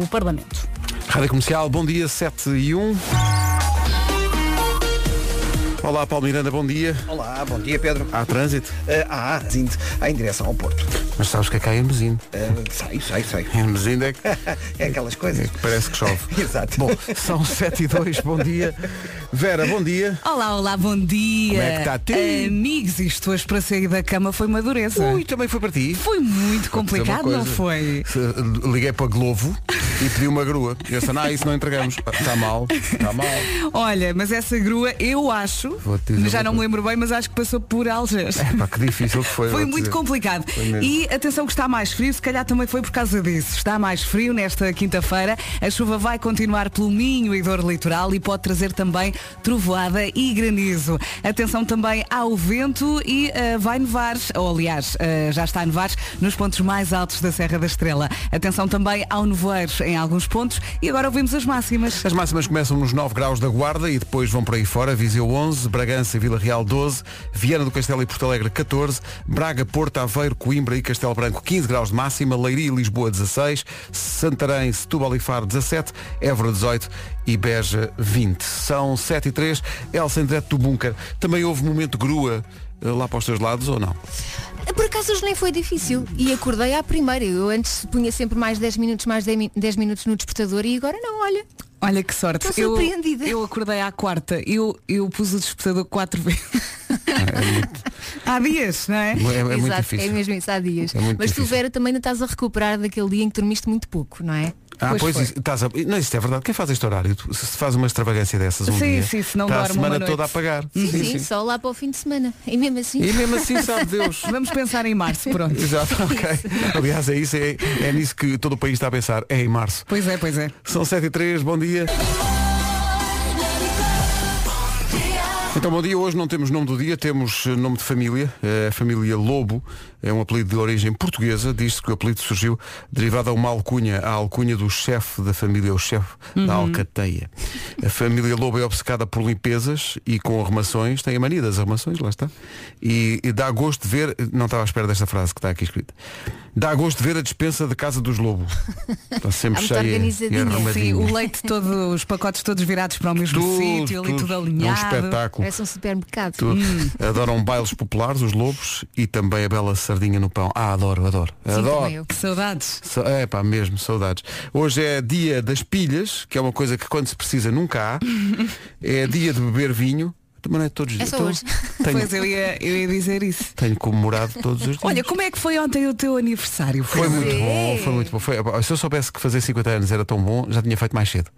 o Parlamento. Rádio Comercial, bom dia, 7 e 1. Olá, Paulo Miranda, bom dia. Olá, bom dia Pedro. Há trânsito? Eh, Ah, há, sim, há em direção ao Porto. Mas sabes que é que há Hermesinde. Eh, sei, sei, sei. Hermesinde é que, É aquelas é coisas. que parece que chove. Exato. Bom, são 7 e 2, bom dia. Vera, bom dia. Olá, olá, bom dia. Como é que tá, ti? Amigos, isto hoje para sair da cama foi uma dureza. Ui, também foi para ti. Foi muito Vou dizer uma complicado, não coisa. foi? Se- eh, Liguei para Glovo e pedi uma grua. E eu disse, ah, isso não entregamos. Está mal, está mal. Olha, mas essa grua, eu acho, Vou-te dizer já uma não me lembro bem, mas acho que passou por Aljas. Pá, que difícil que foi. Foi vou-te muito dizer. complicado. Foi mesmo. e atenção que está mais frio, se calhar também foi por causa disso. Está mais frio nesta quinta-feira. A chuva vai continuar pelo Minho e dor litoral e pode trazer também trovoada e granizo. Atenção também ao vento e ah, vai nevar, ou aliás, ah, já está a nevar nos pontos mais altos da Serra da Estrela. Atenção também ao nevoeiro em alguns pontos e agora ouvimos as máximas. As máximas começam nos 9 graus da Guarda e depois vão por aí fora. Viseu 11, Bragança e Vila Real 12, Viana do Castelo e Porto Alegre 14, Braga, Porto, Aveiro, Coimbra e Castelo Branco 15 graus de máxima, Leiria e Lisboa 16, Santarém, Setúbal e Faro 17, Évora 18 e Beja 20. São 7 e 3, Elsa em direto do bunker. Também houve momento grua eh, lá para os teus lados ou não? Por acaso hoje nem foi difícil e acordei à primeira. Eu antes punha sempre mais 10 minutos, mais 10 mi- 10 minutos no despertador e agora não, olha. Olha que sorte. Estou surpreendida. Eu, eu acordei à quarta. Eu, eu pus o despertador quatro vezes. Há dias, não é? É, é muito Exato, é difícil. mesmo isso há dias. É muito Mas difícil. tu, Vera, também não estás a recuperar daquele dia em que dormiste muito pouco, não é? Ah, Pois pois, foi. isso, estás a- não, isto é verdade. Quem faz este horário? Tu- Se se faz uma extravagância dessas um Sim, dia, sim, se não está a dorme uma semana noite. Uhum. toda a pagar. Sim, sim, só lá para o fim de semana. E mesmo assim. E mesmo assim, sabe Deus. é? Vamos pensar em março, pronto. Exato, ok. Aliás, é isso, é, é nisso que todo o país está a pensar. É em março. Pois é, pois é. São 7 e 3, bom dia. Então, bom dia. Hoje não temos nome do dia, temos eh, nome de família. Eh, A família Lobo é um apelido de origem portuguesa. Diz-se que o apelido surgiu derivado a uma alcunha, a alcunha do chefe da família, o chefe Uhum. da alcateia. A família Lobo é obcecada por limpezas e com arrumações. Tem a mania das arrumações, lá está. E, e dá gosto de ver... Não estava à espera desta frase que está aqui escrita. Dá gosto de ver a dispensa da casa dos Lobo. Está É sempre Está muito cheia e organizadinha. Sim, assim, arrumadinha. o leite todo, os pacotes todos virados para o mesmo Tudo, sítio, ali tudo É um alinhado. espetáculo. Parece um supermercado. Tudo. Adoram bailes populares, os lobos e também a bela sardinha no pão. Ah, adoro, adoro. também adoro. eu. que saudades. Sa- É pá, mesmo, saudades. Hoje é dia das pilhas, que é uma coisa que quando se precisa nunca há. é dia de beber vinho. Mas não é todos os dias. só Então, hoje. Pois Tenho, eu ia, eu ia dizer isso. tenho comemorado todos os dias. Olha, como é que foi ontem o teu aniversário? Foi muito Sim. bom, foi muito bom. Foi- pá, se eu soubesse que fazer 50 anos era tão bom, já tinha feito mais cedo.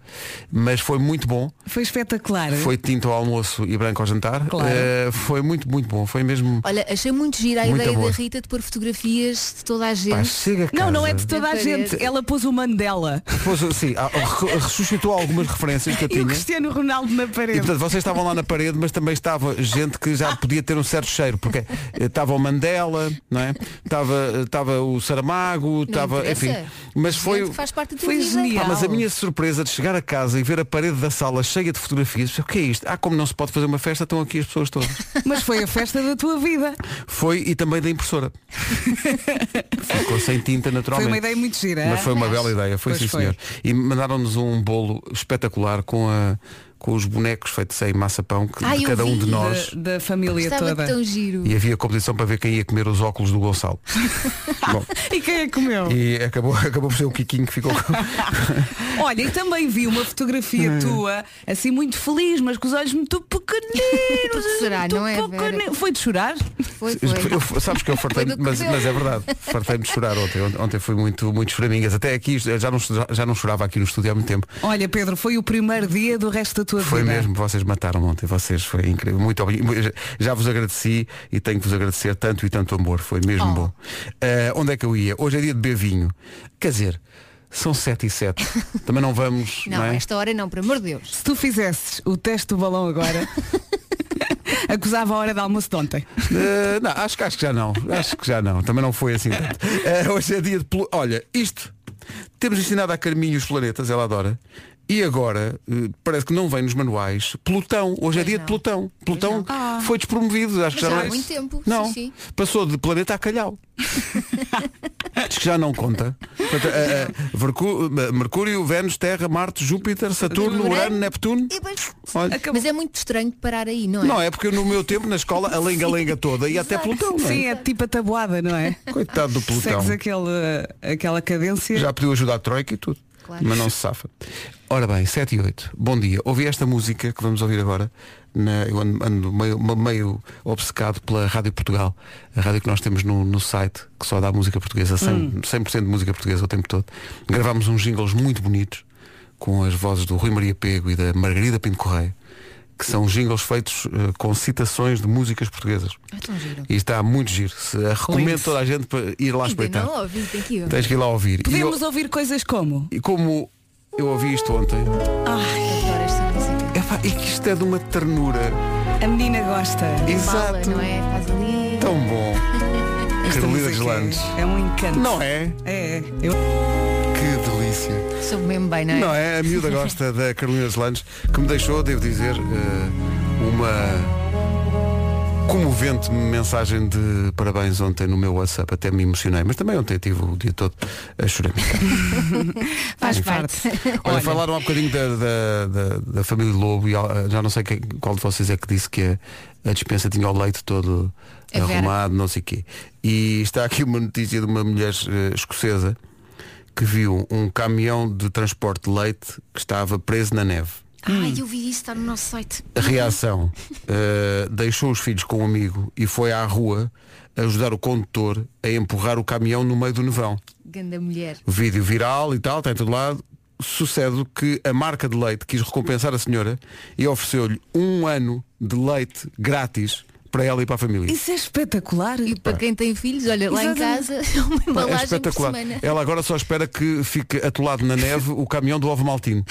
Mas foi muito bom. Foi espetacular. Foi tinto ao almoço e branco ao jantar. Claro. Eh, foi muito, muito bom. Foi mesmo. Olha, achei muito gira a Muito ideia amor. da Rita de pôr fotografias de toda a gente. Pá, chega a Não, não é casa. de toda a Não gente. parece. Ela pôs o Mandela Pois, sim, ah, re- ressuscitou algumas referências que eu e o tinha. Cristiano Ronaldo na E parede. portanto, vocês estavam lá na parede, mas também estava gente que já podia ter um certo cheiro, porque eh, estava o Mandela, não é? Estava, eh, estava o Saramago, estava, interessa. enfim. Mas Gente foi. que faz parte da tua foi vida. genial. Pá, mas a minha surpresa de chegar a casa e ver a parede da sala cheia de fotografias, o que é isto? Ah, como não se pode fazer uma festa, estão aqui as pessoas todas. Mas foi a festa da tua vida. Foi e também da impressora. Ficou sem tinta naturalmente. Foi uma ideia muito gira. é? Mas hã? foi uma bela ideia, foi Pois sim foi. senhor. E mandaram-nos um bolo espetacular com, a, com os bonecos feitos em maçapão que, Ah, de eu cada um vi. de nós. Da, da família Estava toda. tão giro. E havia competição para ver quem ia comer os óculos do Gonçalo. Bom, E quem é que comeu? e acabou, acabou por ser o Kikinho que ficou Ah, com. Olha, e também vi uma Hum. fotografia tua, assim muito feliz, mas com os olhos muito pequeninos. assim, Porque será, muito não é, Vera? pequenino. Foi de chorar? Foi, foi. Eu, sabes que eu fartei Foi do que mas, deu. mas é verdade, fartei-me de chorar ontem. Ont- Ontem fui muito, muito choramingas. Até aqui, eu já não, já não chorava aqui no estúdio há muito tempo. Olha, Pedro, foi o primeiro dia do resto da tua Foi vida. mesmo, vocês mataram ontem, vocês foi incrível. Muito obrigado. Já vos agradeci e tenho que vos agradecer tanto e tanto amor. Foi mesmo Oh. bom. Ah, onde é que eu ia? Hoje é dia de beber vinho. Quer dizer, são 7 e 7. Também não vamos. Não, não é? esta hora não, por amor de Deus. Se tu fizesses o teste do balão agora, acusava a hora de almoço de ontem. Ah, não, acho, que- acho que já não. Acho que já não. Também não foi assim tanto. Ah, hoje é dia de. plu- Olha, isto. Temos ensinado a Carminho os planetas, ela adora. E agora, eh, parece que não vem nos manuais, Plutão. Hoje é Pois dia de não. Plutão. Plutão não. Ah. foi despromovido, acho que Mas já já não há é- muito tempo, sim, Não. sim. Passou de planeta a calhau. diz que já não conta. Portanto, a- a- Vercu- eh, Mercúrio, Vênus, Terra, Marte, Júpiter, Saturno, Urano, Neptuno. E depois- Olha, Acabou. Mas é muito estranho parar aí, não é? não é porque no meu tempo na escola a lenga-lenga toda e até Plutão. Não é? Sim, é tipo a tabuada, não é? Coitado do Plutão. Segues aquele, aquela cadência. Já pediu ajuda à Troika e tudo. Claro. Mas não se safa. Ora bem, 7 e 8. Bom dia. Ouvi esta música que vamos ouvir agora. na- eu ando, ando meio, ma- meio obcecado pela Rádio Portugal. A rádio que nós temos no, no site, que só dá música portuguesa, 100%, Hum. 100 de música portuguesa o tempo todo. Gravámos uns jingles muito bonitos com as vozes do Rui Maria Pego e da Margarida Pinto Correia, que são jingles feitos eh, com citações de músicas portuguesas. Ah, tão giro. E está muito giro. Se- recomendo toda a gente para ir lá Ainda espreitar. não ouvi, tem que ir. Tens que ir lá ouvir. E eu- Podemos ouvir coisas como. e como eu ouvi isto ontem, Adoro esta música. epá, e que isto é de uma ternura. A menina gosta. Fala, Exato. Então, não é? Faz ali. Tão bom. Esta música Carolina Deslandes. É é um encanto. Não é? É, eu Que delícia. Soube mesmo bem, não é? Não é? A miúda gosta da Carolina Deslandes, que me deixou, devo dizer, eh, uma comovente mensagem de parabéns ontem no meu WhatsApp. Até me emocionei, mas também ontem tive o dia todo a chorar. Faz é Sim, parte. Olha, falaram há bocadinho da, da, da- da família Lobo e ah, já não sei quem- qual de vocês é que disse que a, a dispensa tinha o leite todo A Vera. arrumado, não sei o quê. E está aqui uma notícia de uma mulher eh, escocesa que viu um caminhão de transporte de leite que estava preso na neve. Hum. Ai, eu vi isso, está no nosso site. A reação eh, deixou os filhos com um amigo e foi à rua ajudar o condutor a empurrar o caminhão no meio do nevão Ganda mulher. vídeo viral e tal, está em todo lado. Sucede que a marca de leite quis recompensar a senhora e ofereceu-lhe um ano de leite grátis para ela e para a família. Isso é espetacular. E para quem tem filhos, olha, lá em Exatamente. casa é uma Pá, é embalagem por espetacular. semana. Ela agora só espera que fique atolado na neve o caminhão do ovo maltino.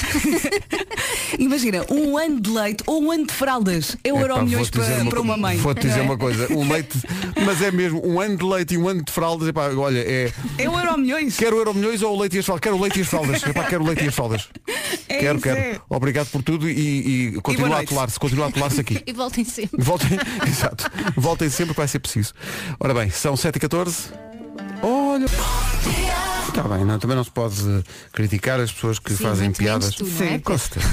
Imagina, um ano de leite ou um ano de fraldas. Eu Epá, euro milhões É vou-te dizer para, para uma mãe. Vou-te dizer não é? uma coisa. Um leite, mas é mesmo, um ano de leite e um ano de fraldas. Epá, olha, é Eu euro milhões. Quero o Euro Milhões ou o Leite e as Fraldas? Quero o Leite e as Fraldas. Epá, quero o Leite e as Fraldas. É quero, isso, quero. é. Obrigado por tudo e, e continua boa a noite. atolar-se, continua a atolar-se aqui. E voltem sempre. Voltem, exato. Voltem sempre que vai ser preciso. Ora bem, são 7h14. Olha. Está bem, não, também não se pode eh, criticar as pessoas que Sim, fazem muito menos piadas. tu, não é? Sim, com certeza.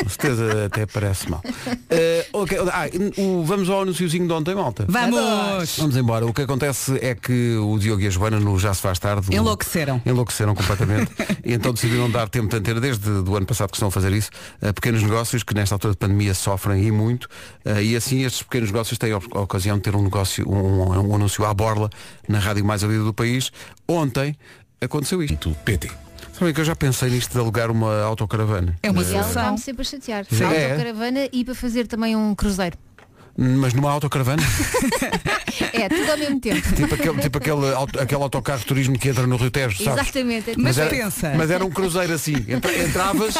com certeza até parece mal. Eh, ok, ah, o- vamos ao anunciozinho de ontem, malta. Vamos! Vamos embora. O que acontece é que o Diogo e a Joana no Já se faz tarde. o- Enlouqueceram. Enlouqueceram completamente. e então decidiram dar tempo de antena desde o ano passado que estão a fazer isso a pequenos negócios que nesta altura de pandemia sofrem e muito. eh, E assim estes pequenos negócios têm a op- a ocasião de ter um negócio, um, um anúncio à borla na rádio mais ouvida do país. Ontem aconteceu isto. PT. Sabem que eu já pensei nisto de alugar uma autocaravana. É uma E ela solução. vai-me sempre a chatear. Sim. A É. autocaravana e para fazer também um cruzeiro. Mas numa autocaravana? É, tudo ao mesmo tempo. tipo aquele, tipo aquele, auto- aquele autocarro de turismo que entra no Rio Tejo, sabes? Exatamente. é Mas tudo. era, tipo pensa. mas era um cruzeiro assim. Entra- Entravas,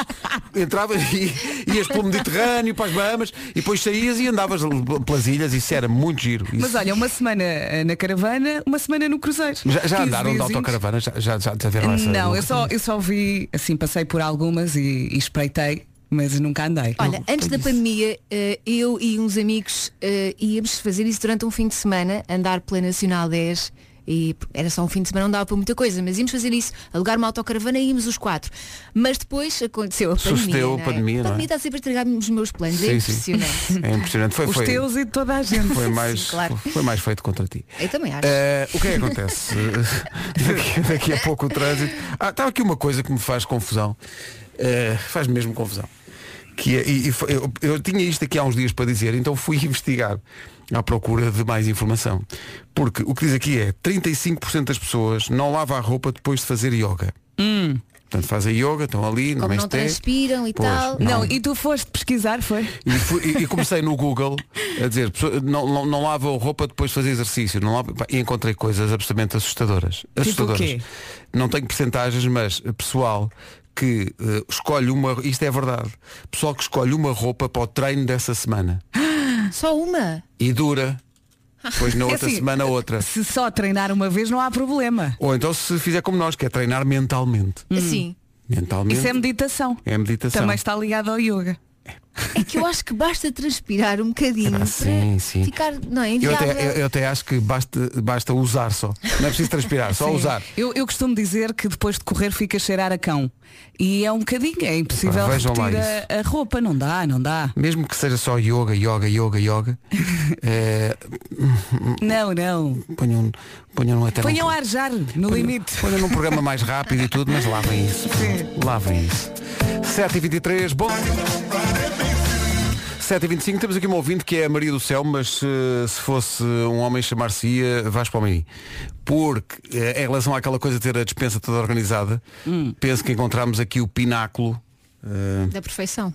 entravas e ias pelo Mediterrâneo, para as Bahamas, e depois saías e andavas l- pelas ilhas. Isso era muito giro. Isso- Mas olha, uma semana eh, na caravana, uma semana no cruzeiro. já, já 15 andaram de diazinhos. autocaravana? Já, já, já, já viram essa? Não, eu só, eu só vi, assim, passei por algumas e, e espreitei, mas nunca andei. Olha, antes da pandemia, eh, eu e uns amigos eh, íamos fazer isso durante um fim de semana, andar pela Nacional 10 e p- era só um fim de semana, não dava para muita coisa, mas íamos fazer isso, alugar uma autocaravana e íamos os quatro. Mas depois aconteceu a pandemia. Sucedeu a não é? pandemia, A não é? pandemia está sempre a estragar os meus planos, é Sim, sim. impressionante. É impressionante. Foi, Os foi, teus e de toda a gente. foi mais, claro. foi mais feito contra ti. Eu também acho. Eh, o que é que acontece? daqui, daqui a pouco o trânsito. Ah, estava aqui uma coisa que me faz confusão. Eh, faz mesmo confusão. Que é- e- e foi- eu, eu tinha isto aqui há uns dias para dizer, então fui investigar à procura de mais informação. Porque o que diz aqui é 35% das pessoas não lava a roupa depois de fazer yoga. Portanto, fazem yoga, estão ali, Hum. no Como não Mestre. transpiram e Pois, tal. Não, e tu foste pesquisar, foi? E, fui- e- e comecei no Google a dizer, "Pessoa- não, não, não lava a roupa depois de fazer exercício. Não lava- pá, e encontrei coisas absolutamente assustadoras. assustadoras. Tipo quê? Não tenho percentagens, mas eh, pessoal que eh, escolhe uma, isto é verdade, pessoal que escolhe uma roupa para o treino dessa semana Só uma. e dura, depois na É outra assim, semana outra. Se só treinar uma vez não há problema. Ou então se fizer como nós, que é treinar mentalmente. Assim. Mentalmente Isso é meditação. é meditação. Também está ligado ao yoga. É que eu acho que basta transpirar um bocadinho Ah, para sim, sim. ficar, não é? Eu Inviável. até, eu- eu até acho que basta, basta usar só. Não é preciso transpirar, só Sim. usar. Eu, eu costumo dizer que depois de correr fica a cheirar a cão. E é um bocadinho, é impossível Epá, vejam lá repetir a, a roupa, não dá, não dá. Mesmo que seja só yoga, yoga, yoga, yoga, eh, Não, não. ponham, ponham até num- Ponham a arjar no limite. Olha num programa mais rápido e tudo, mas lavem isso. Lavem isso. 7h23, bom. 7h25, temos aqui um ouvinte que é a Maria do Céu, mas eh, se fosse um homem chamar-se-ia Vasco Palmeirim. Porque, eh, em relação àquela coisa de ter a dispensa toda organizada, penso que encontramos aqui o pináculo. eh, Da perfeição.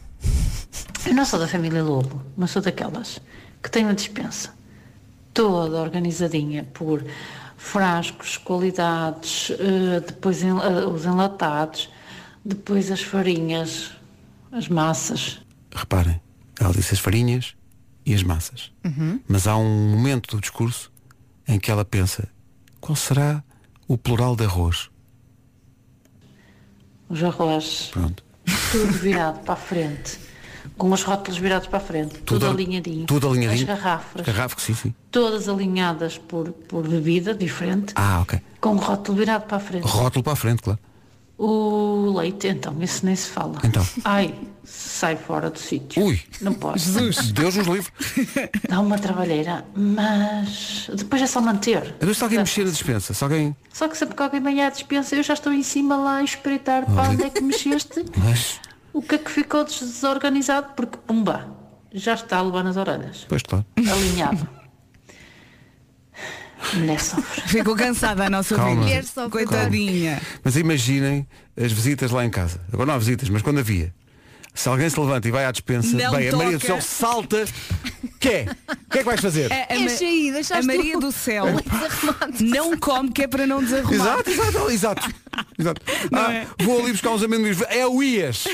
Eu não sou da família Lobo, mas sou daquelas que têm uma dispensa toda organizadinha por frascos, qualidades, eh, depois en- eh, os enlatados, depois as farinhas, as massas. reparem, ela disse as farinhas e as massas. Uhum. Mas há um momento do discurso em que ela pensa, qual será o plural de arroz? Os arroz, Pronto. tudo virado para a frente, com os rótulos virados para a frente, tudo, ar- alinhadinho. Tudo alinhadinho. As garrafas, Garrafas, sim, sim. todas alinhadas por, por bebida diferente, Ah, ok. com o rótulo virado para a frente. Rótulo para a frente, claro. O leite, então, isso nem se fala. Então. Ai, sai fora do sítio. Ui. Não posso. Jesus. Deus nos livre. Dá uma trabalheira, mas depois é só manter. Eu não sei Então, se alguém mexer na dispensa. Se alguém. Só que sempre que alguém vem à dispensa, eu já estou em cima lá a espreitar para onde é que mexeste, Mas. o que é que ficou desorganizado, porque pumba, já está a levar nas orelhas. Pois claro. Alinhado. Mulher sofre. Ficou cansada a nossa Calma. ouvinte. Mulher só Coitadinha. Mas imaginem as visitas lá em casa. Agora não há visitas, mas quando havia. Se alguém se levanta e vai à dispensa, Não bem, a Maria toca. do Céu salta. Que é? O que é que vais fazer? A, a Ma- Enche aí, deixaste a Maria tu. do Céu um Desarrumado. não come que é para não desarrumar. Exato, exato, exato. exato. Ah, é? Vou ali buscar uns amendoins. É o IAS.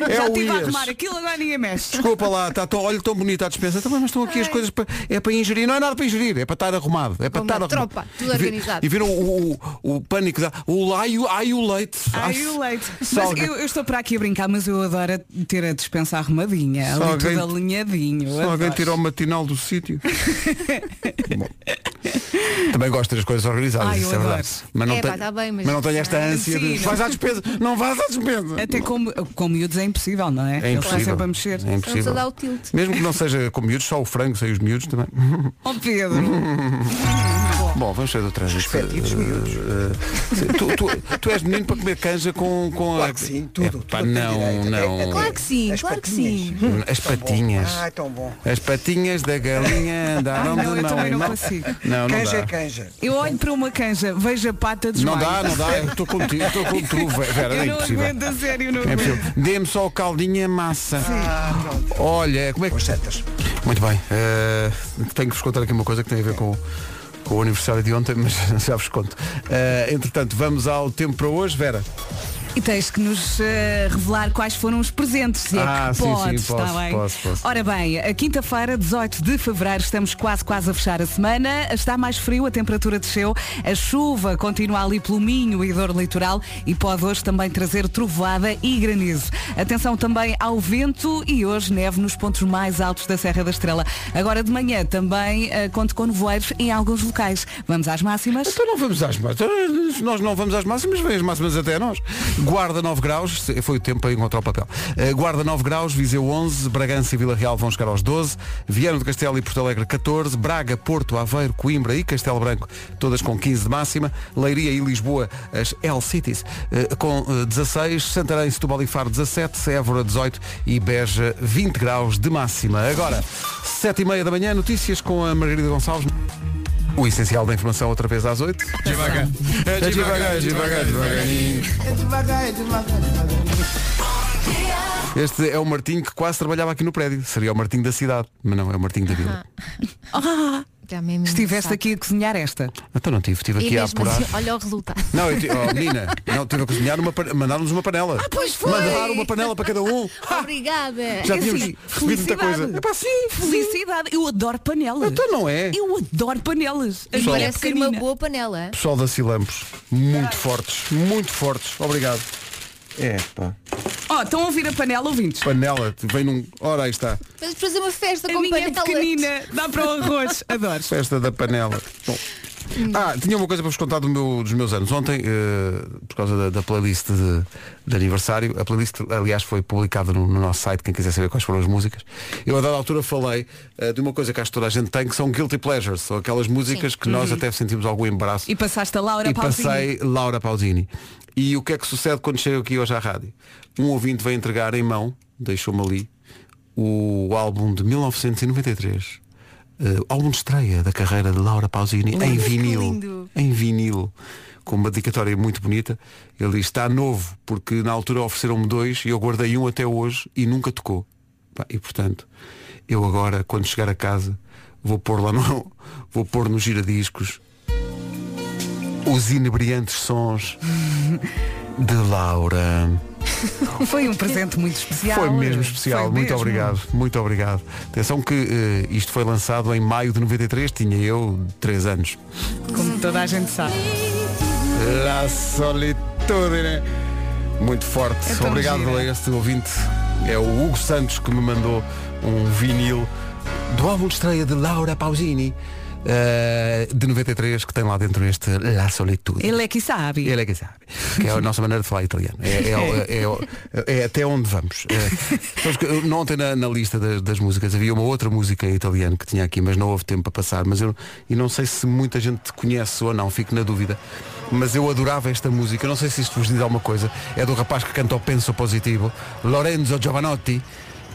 É Já o estive a IAS. arrumar aquilo, agora ninguém mexe. Desculpa lá, tá tão, olha tão bonita a dispensa. Também, mas estão aqui as coisas para, é para ingerir. Não é nada para ingerir, é para estar arrumado. É para Como estar uma arrumado. tropa, tudo E vi- organizado. E viram o, o, o pânico da. O laio, ai o leite. Ai, se- o leite. se Mas alguém- eu, eu estou para aqui a brincar, mas eu adoro a- ter a dispensa arrumadinha, Se ali alguém- tudo alinhadinho. se adoro. alguém tirou o matinal do sítio. Bom. Também gosto das coisas organizadas, Ai, eu isso é verdade. adoro. Mas não, É, tenho, pá, tá bem, mas- mas não tenho esta ânsia Sim, de. não. Vais à despesa. Não vais à despesa. é Até como, como miúdos é impossível, não é? É Ele está impossível. sempre a mexer. É impossível. a dar o tilt. Mesmo que não seja com miúdos, só o frango sem os miúdos também. Oh Pedro, Bom, vamos sair do trânsito. Respectivos Eh, miúdos. eh, sim, tu, tu- tu és menino para comer canja com, com Claro que sim, tudo, Epá, tudo tem É, não, direito. É- não. é- Claro que sim, As claro que patinhas. sim. As Tão bom. patinhas. Ai, Ah, tão bom. As patinhas da galinha andaram Ai, não, de eu mão também em não mão. consigo. Não, não Canja é dá. canja. eu olho para uma canja, vejo a pata de Não dá, não dá. Estou contigo, estou com tu, Vera. Eu É não impossível. aguento a sério, não É aguento. impossível. Dê-me só o caldinho e a massa. Ah, pronto. Olha, como é que. Os setas. Muito bem. eh, tenho que vos contar aqui uma coisa que tem a ver com, com o aniversário de ontem, mas já vos conto. Eh, entretanto, vamos ao tempo para hoje, Vera. E tens que nos eh, revelar quais foram os presentes, se Ah, é que sim, podes, sim, está posso, bem? posso, posso. Ora bem, a quinta-feira, 18 de fevereiro, estamos quase, quase a fechar a semana. Está mais frio, a temperatura desceu, a chuva continua ali pelo Minho e dor litoral e pode hoje também trazer trovoada e granizo. Atenção também ao vento e hoje neve nos pontos mais altos da Serra da Estrela. Agora de manhã também eh, conto com nevoeiros em alguns locais. Vamos às máximas? Então não vamos às máximas. Então, Nós não vamos às máximas, vêm as máximas até nós. Guarda 9 graus, foi o tempo para encontrar o papel. Eh, Guarda 9 graus, Viseu 11, Bragança e Vila Real vão chegar aos 12, Viana do Castelo e Porto Alegre 14, Braga, Porto, Aveiro, Coimbra e Castelo Branco, todas com 15 de máxima, Leiria e Lisboa, as L-Cities, eh, com eh, 16, Santarém, Setúbal e Faro 17, Évora 18 e Beja 20 graus de máxima. Agora, 7h30 da manhã, notícias com a Margarida Gonçalves. O essencial da informação outra vez às 8. É devagar, é devagar, É devagarinho. Este é o Martim que quase trabalhava aqui no prédio. Seria o Martim da cidade, mas não, é o Martim da vila. Já é mesmo Estiveste saco. aqui a cozinhar esta. Então não tive, tive E aqui a mesmo apurar. assim, olha o resultado. Não, eu ti- oh, menina, não, tive a cozinhar uma pan- mandaram-nos uma panela. Ah, pois foi! Mandaram uma panela para cada um. Ha! Obrigada. Já É tínhamos assim, recebido muita felicidade. coisa. É pá, sim, feliz. Felicidade, eu adoro panelas. Então não é. Eu adoro panelas. E Agora é parece ser uma pequenina. boa panela. Pessoal da Silampos, muito fortes, muito fortes. Obrigado. É, pá. Oh, Pronto, estão a ouvir a panela, ouvintes. Panela, te- vem num. Ora, aí está. Vamos fazer uma festa A com minha é panela. pequenina, dá para o arroz. Adoro. Festa da panela. Bom. Ah, tinha uma coisa para vos contar do meu- dos meus anos. Ontem, eh, por causa da, da playlist de, de aniversário, a playlist, aliás, foi publicada no, no nosso site, quem quiser saber quais foram as músicas. Eu, a dada altura, falei eh, de uma coisa que acho que toda a gente tem, que são guilty pleasures. São aquelas músicas que nós até sentimos algum embaraço E passaste a Laura e Pausini. passei Laura Pausini. E o que é que sucede quando chego aqui hoje à rádio? Um ouvinte veio entregar em mão, deixou-me ali, o álbum de 1993. eh, álbum de estreia da carreira de Laura Pausini em que vinil. lindo. Em vinil. Com uma dedicatória muito bonita. Ele diz, está novo, porque na altura ofereceram-me dois e eu guardei um até hoje e nunca tocou. Pá, E portanto, eu agora, quando chegar a casa, vou pôr lá no. Vou pôr no giradiscos os inebriantes sons de Laura. Foi um presente muito especial. Foi mesmo especial. Foi muito mesmo. obrigado. Muito obrigado. Atenção que eh, isto foi lançado em maio de 93. Tinha eu 3 anos. Como toda a gente sabe. La solitude, né? Muito forte. É tão Obrigado gira. a este ouvinte. É o Hugo Santos que me mandou um vinil do álbum de estreia de Laura Pausini, eh, de 93, que tem lá dentro este La Solitude. Ele é que sabe. Ele é que sabe. Que é a nossa maneira de falar italiano. É, é- é- é- é até onde vamos. É, sabes que eu- ontem na, na lista das, das músicas havia uma outra música em italiano que tinha aqui, mas não houve tempo para passar. Mas eu e não sei se muita gente conhece ou não, fico na dúvida. Mas eu adorava esta música, não sei se isto vos diz alguma coisa. É do rapaz que canta o Penso Positivo, Lorenzo Giovanotti.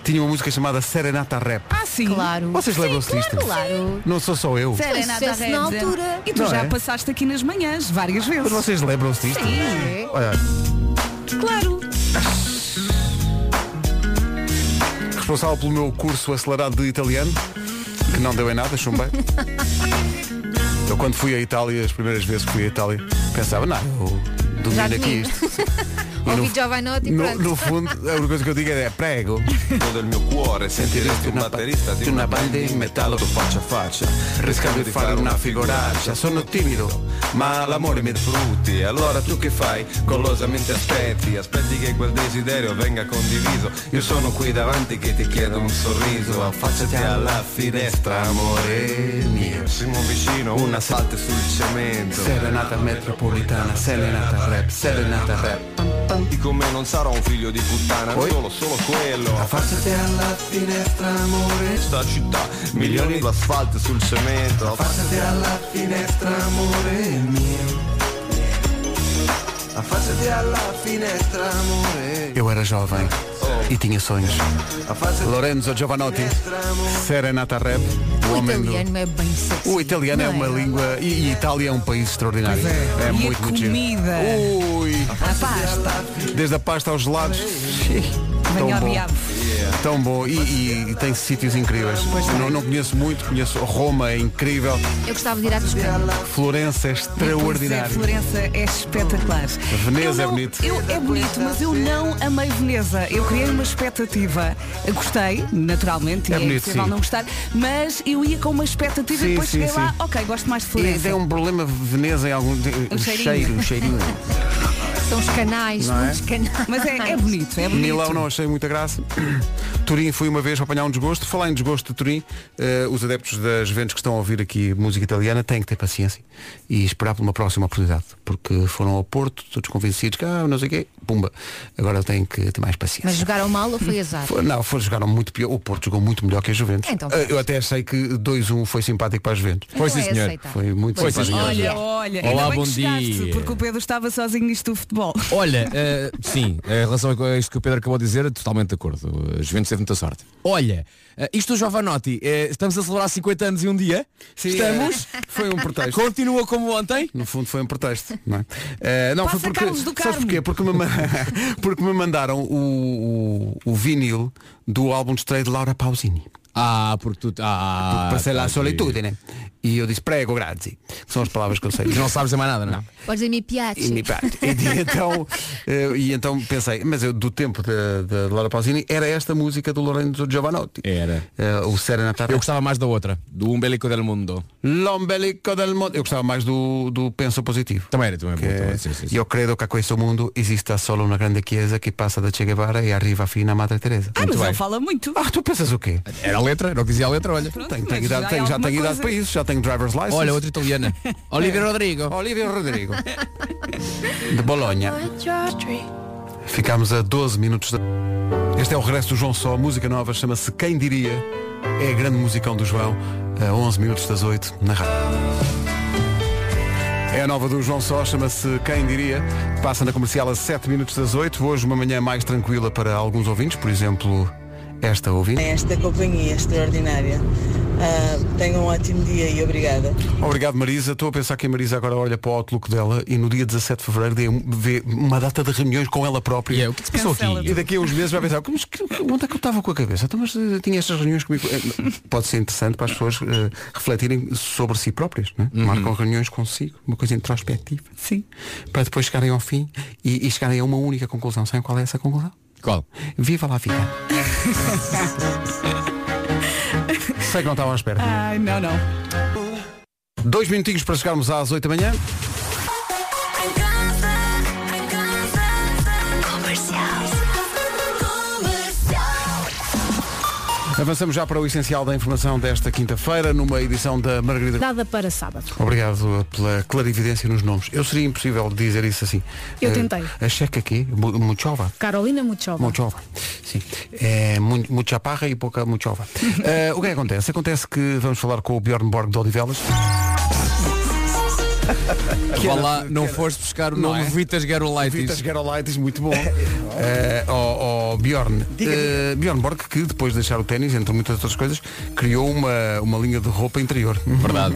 Tinha uma música chamada Serenata Rap. Ah, sim. Claro. Vocês Sim, lembram-se claro, disto? claro. Não sou só eu. Foi Serenata sucesso Red. na altura. E tu Não já é? passaste aqui nas manhãs várias vezes. Mas é? vocês lembram-se disto? Sim. Olha, Claro. responsável pelo meu curso acelerado de italiano, que não deu em nada, chumbei. Eu quando fui à Itália, as primeiras vezes que fui à Itália, pensava, não, eu domino Já aqui domino. isto. E Ouvi no- Giovanotti e no, pronto. no fundo, a única coisa que eu digo é prego. del mio cuore sentiresti un batterista di una band in metallo faccia a faccia Riscambio riscambio di di fare fare una una figuraccia figuraccia, sono sono timido, timido ma l'amore mi frutti allora tu che fai golosamente aspetti aspetti che quel desiderio venga condiviso io sono qui davanti che ti chiedo un sorriso affacciati alla finestra amore mio siamo vicino una salta sul cemento Serenata metropolitana, serenata rap, serenata rap. di come non sarò un figlio di puttana Poi? solo solo quello Affacciati alla finestra, amore. questa città milioni di asfalto sul cemento Affacciati alla finestra, amore mio. affacciati alla finestra amore Eu era jovem e tinha sonhos. affacciati Lorenzo Giovanotti, Serenata Rap, o O Um homem do- italiano é bem sexy. O italiano é não uma língua e, e Itália é um país extraordinário. É, E a muito muito giro. Oh, comida? Ui, A pasta. desde a pasta aos gelados. Tão Venha ao bom. diabo. Tão bom e, e- e tem sítios incríveis. Não, não conheço muito, conheço Roma, é incrível. Eu gostava de ir à Toscana. Florença é Pois é, extraordinário. Florença é espetacular. Veneza Eu não- é bonito. Eu, é bonito, mas eu não amei Veneza. Eu criei uma expectativa. Eu Gostei, naturalmente, É e bonito, é impossível sim. não gostar, mas eu ia com uma expectativa Sim, e depois sim, cheguei lá, sim. ok, gosto mais de E Florença. tem um problema Veneza em algum. O cheiro, cheirinho. o cheirinho. São os canais, Não é? muitos canais. Mas é, é bonito, é bonito. Milão não achei muita graça. Turim fui uma vez para apanhar um desgosto. Falar em desgosto de Turim, eh, os adeptos das Juventus que estão a ouvir aqui música italiana têm que ter paciência e esperar por uma próxima oportunidade. Porque foram ao Porto, todos convencidos que ah, não sei o quê, pumba. Agora têm que ter mais paciência. Mas jogaram mal ou foi azar? Foi- Não, foram, jogaram muito pior. O Porto jogou muito melhor que a Juventus. Então, Eh, Eu até achei que 2-1 foi simpático para a Juventus. Então sim, é senhor. aceitável. Foi um- muito Foi sim, simpático. senhor. Olha, olha, Olá, ainda bem bom que chegaste, dia. porque o Pedro estava sozinho nisto do futebol. Ah, Olha, eh, sim, em relação a isto que o Pedro acabou de dizer, totalmente de acordo. A Juventus teve muita sorte. Olha, eh, isto do Giovanotti, eh, estamos a celebrar 50 anos e um dia. Sim, estamos. eh, Foi um pretexto. Continua como ontem. No fundo foi um pretexto. Não, é? Eh, não Passa foi porque. Carlos do sabes Carmo. porquê? Porque me, ma- porque me mandaram o, o, o vinil do álbum de estreia de Laura Pausini. Ah, porque tu. Ah, Passei lá a tá solitudine. E eu disse, prego, grazie. Que são as palavras que eu sei. aqui. Não sabes dizer mais nada, não? é? Podes dizer-me piace. E, me parte. E então, eh, e então pensei, mas eu do tempo da da Laura Pausini era esta música do Lorenzo Giovanotti. Era. Eh, o Serenata. É. Eu gostava mais da outra, do Umbelico del Mundo. L'ombelico del mondo. Eu gostava mais do, do Penso Positivo. Também era, também é Que boa, é, Ah, também, sim, sim, sim. Io credo che a questo mondo esista solo una grande chiesa che passa da Che Guevara e arriva fino a Madre Teresa. Ah, mas bem. ele fala muito. Ah, tu pensas o quê? Era a letra, era o que dizia a letra, olha. Pronto, Tenho, mas tenho idade, já é tenho- já alguma tenho idade coisa. para isso, já tenho driver's Oh, license. Olha, outra italiana. Olivia Rodrigo. Olivia Rodrigo. De Bolonha. Ficámos a 12 minutos da... Este é o regresso do João Só, música nova, chama-se Quem Diria. É a grande musicão do João, a 11 minutos das 8, na rádio. É a nova do João Só, chama-se Quem Diria. Passa na comercial a 7 minutos das 8. Hoje uma manhã mais tranquila para alguns ouvintes, por exemplo, esta ouvinte. É Esta companhia extraordinária. Ah, tenha um ótimo dia e obrigada. Obrigado Marisa, estou a pensar que a Marisa agora olha para o outlook dela e no dia 17 de Fevereiro dê- vê uma data de reuniões com ela própria. E é, o que é que se passou Cancela aqui? E daqui a uns meses vai pensar, "Mas que- onde é que eu estava com a cabeça? Então, mas eh, tinha estas reuniões comigo. Eh, Pode ser interessante para as pessoas eh, refletirem sobre si próprias, né? Marcam reuniões consigo, uma coisa introspectiva. Sim. Para depois chegarem ao fim e, e chegarem a uma única conclusão. Sabem qual é essa conclusão? Qual? Viva lá a vida. Sei que não estava à espera. Ai, não, não. Dois minutinhos para chegarmos às 8 da manhã. Avançamos já para o essencial da informação desta quinta-feira, numa edição da Margarida. Dada para sábado. Obrigado pela clarividência nos nomes. Eu seria impossível dizer isso assim. Eu Eh, tentei. A checa aqui, mu- muchova. Carolina Muchova. Muchova. Sim. É, mu- mucha parra e pouca muchova. Eh, o que é que acontece? Acontece que vamos falar com o Bjorn Borg de Odivelas. Vá lá, não é? foste buscar o nome Vitas Vitas Garolaitis. Gerolaitis, muito bom. Eh, ao, ao Bjorn. Eh, Bjorn Borg, que depois de deixar o ténis, entre muitas outras coisas, criou uma, uma linha de roupa interior. Verdade.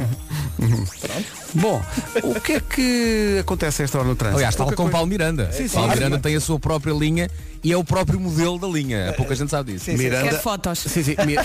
Bom, o que é que acontece a esta hora no trânsito? é Aliás, tal Pouca com coisa. Paulo Miranda. Sim, sim. Paulo Ah, Miranda sim. tem a sua própria linha e é o próprio modelo da linha. Há pouca gente sabe disso. Miranda... Quer fotos. Sim, sim. Mi-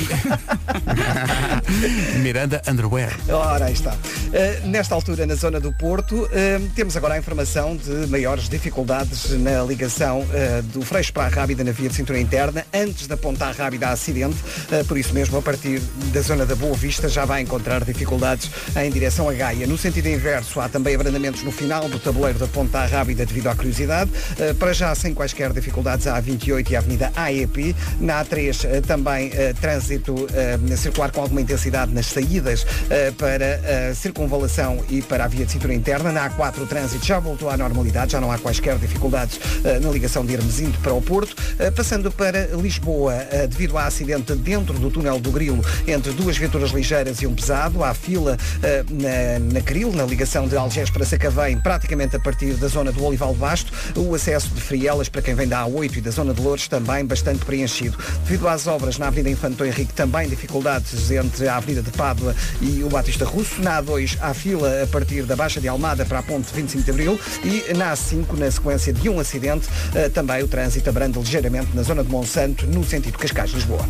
Miranda Underwear. Ora, aí está. Uh, nesta altura, na zona do Porto, uh, temos agora a informação de maiores dificuldades na ligação uh, do Freixo para a Rábida na via de cintura interna, antes da Ponta à Rábida a acidente. Uh, por isso mesmo, a partir da zona da Boa Vista, já vai encontrar dificuldades em direção a Gaia. No sentido inverso, há também abrandamentos no final do tabuleiro da Ponta à Rábida devido à curiosidade. Uh, para já, sem quaisquer dificuldades, a A28 e a Avenida AEP. Na A3, uh, também uh, trânsito uh, circular com alguma intensidade nas saídas eh, para a circunvalação e para a via de cintura interna. Na A4 o trânsito já voltou à normalidade, já não há quaisquer dificuldades eh, na ligação de Hermesinde para o Porto. Eh, Passando para Lisboa, eh, devido a acidente dentro do túnel do Grilo, entre duas viaturas ligeiras e um pesado, há fila eh, na, na Cril, na ligação Então, de Algés para Sacavém, praticamente a partir da zona do Olival de Basto. O acesso de Frielas para quem vem da A8 e da zona de Lourdes também bastante preenchido. Devido às obras na Avenida Infanto Henrique, também dificuldades entre a Avenida de Pádua e o Batista Russo. Na A2, há fila a partir da Baixa de Almada para a Ponte 25 de Abril. E na A5, na sequência de um acidente, eh, também o trânsito abranda ligeiramente na zona de Monsanto, no sentido Cascais-Lisboa.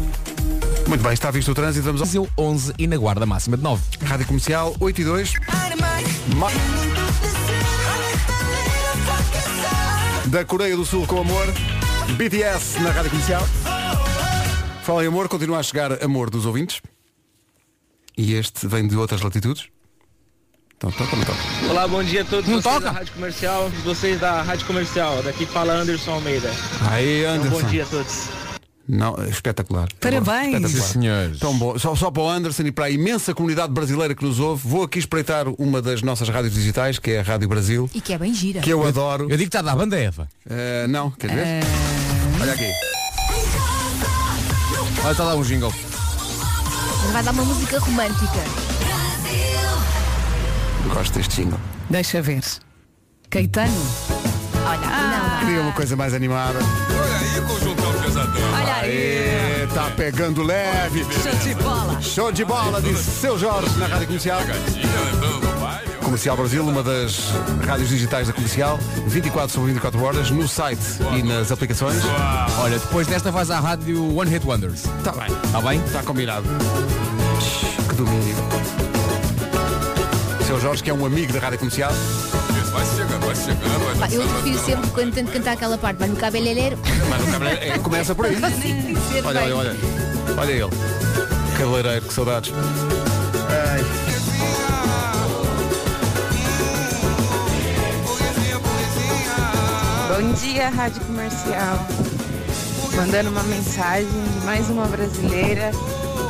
Muito bem, está visto o trânsito. Vamos Brasil 11 e na guarda máxima de 9. ao Rádio Comercial 8 e 2. Ma- Da Coreia do Sul com amor. BTS na Rádio Comercial. Fala em amor, continua a chegar amor dos ouvintes. E este vem de outras latitudes. Então toca, não toca. Olá, bom dia a todos Não vocês toca? da Rádio Comercial, vocês da Rádio Comercial. Daqui fala Anderson Almeida. Aí, Então, Anderson. bom dia a todos. Não, é espetacular. Parabéns. Espetacular. Sim, senhores. Tão bom. Só, só para o Anderson e para a imensa comunidade brasileira que nos ouve, vou aqui espreitar uma das nossas rádios digitais, que é a Rádio Brasil, E que é bem gira. que eu adoro. Eu digo que está da banda Eva. Eh, não, quer ver? Olha aqui. Olha, está lá um jingle. Mas Vai dar uma música romântica. Gosto deste jingle. Deixa ver. Caetano. Olha, Ah. Queria uma coisa mais animada. Olha aí. É, tá pegando leve. Show de bola. Show de bola de seu Jorge na Rádio Comercial. Comercial Brasil, uma das rádios digitais da Comercial, 24 sobre 24 horas, no site e nas aplicações. Olha, depois desta vais à rádio One Hit Wonders. Está Tá bem, Está bem? está combinado. Que domínio. Seu Jorge, que é um amigo da Rádio Comercial. Vai chegando, vai chegando. Pá, eu prefiro sempre quando tento cantar aquela parte, mas no cabeleireiro. Mas o cabra- é, começa por aí. Sim, ser Olha, bem. olha, olha. Olha ele. Cabeleireiro, que saudades. Bom dia, Rádio Comercial. Mandando uma mensagem de mais uma brasileira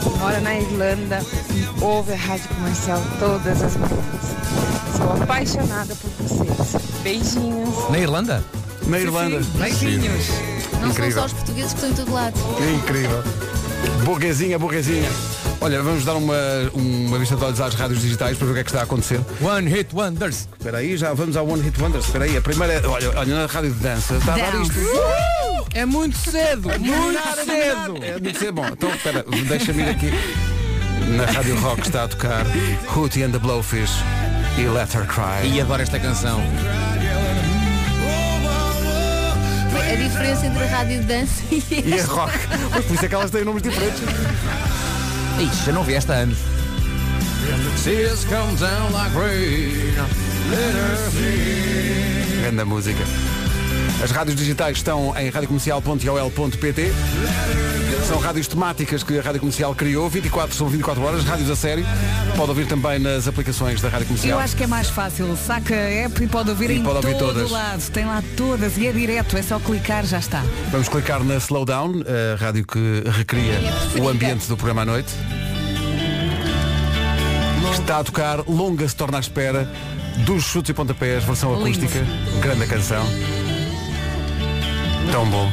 que mora na Irlanda e ouve a Rádio Comercial todas as manhãs. Sou apaixonada por vocês. Beijinhos. Na Irlanda? Na Irlanda. Beijinhos. Não são Incrível. só os portugueses que estão em todo lado. É incrível. Burguesinha, burguesinha. Olha, vamos dar uma, uma vista de olhos às rádios digitais para ver o que é que está a acontecer. One Hit Wonders. Espera aí, já vamos ao One Hit Wonders. Espera aí, a primeira... Olha, olha na rádio de dança. Está a dar isto. É muito cedo, muito cedo. É, deve ser bom. Então, espera, deixa-me ir aqui. Na Rádio Rock está a tocar Hootie and the Blowfish e Let Her Cry. E adoro esta canção. Bem, A diferença entre a rádio de dança e E a rock. Mas por isso é que elas têm nomes diferentes. Ixi, já não vi esta há anos. Tears come down like rain. Grande música. As rádios digitais estão em radiocomercial.ol.pt São rádios temáticas que a Rádio Comercial criou, 24 sobre 24 horas, rádios a sério. Pode ouvir também nas aplicações da Rádio Eu Comercial. acho que é mais fácil. Saca a app e pode ouvir E em pode ouvir todo todas. o lado. Tem lá todas e é direto. É só clicar, já está. Vamos clicar na Slowdown, a rádio que recria o ambiente do programa à noite. Está a tocar Longa se torna à espera dos chutes e pontapés, versão Lindo. acústica. Grande canção. Tão bom.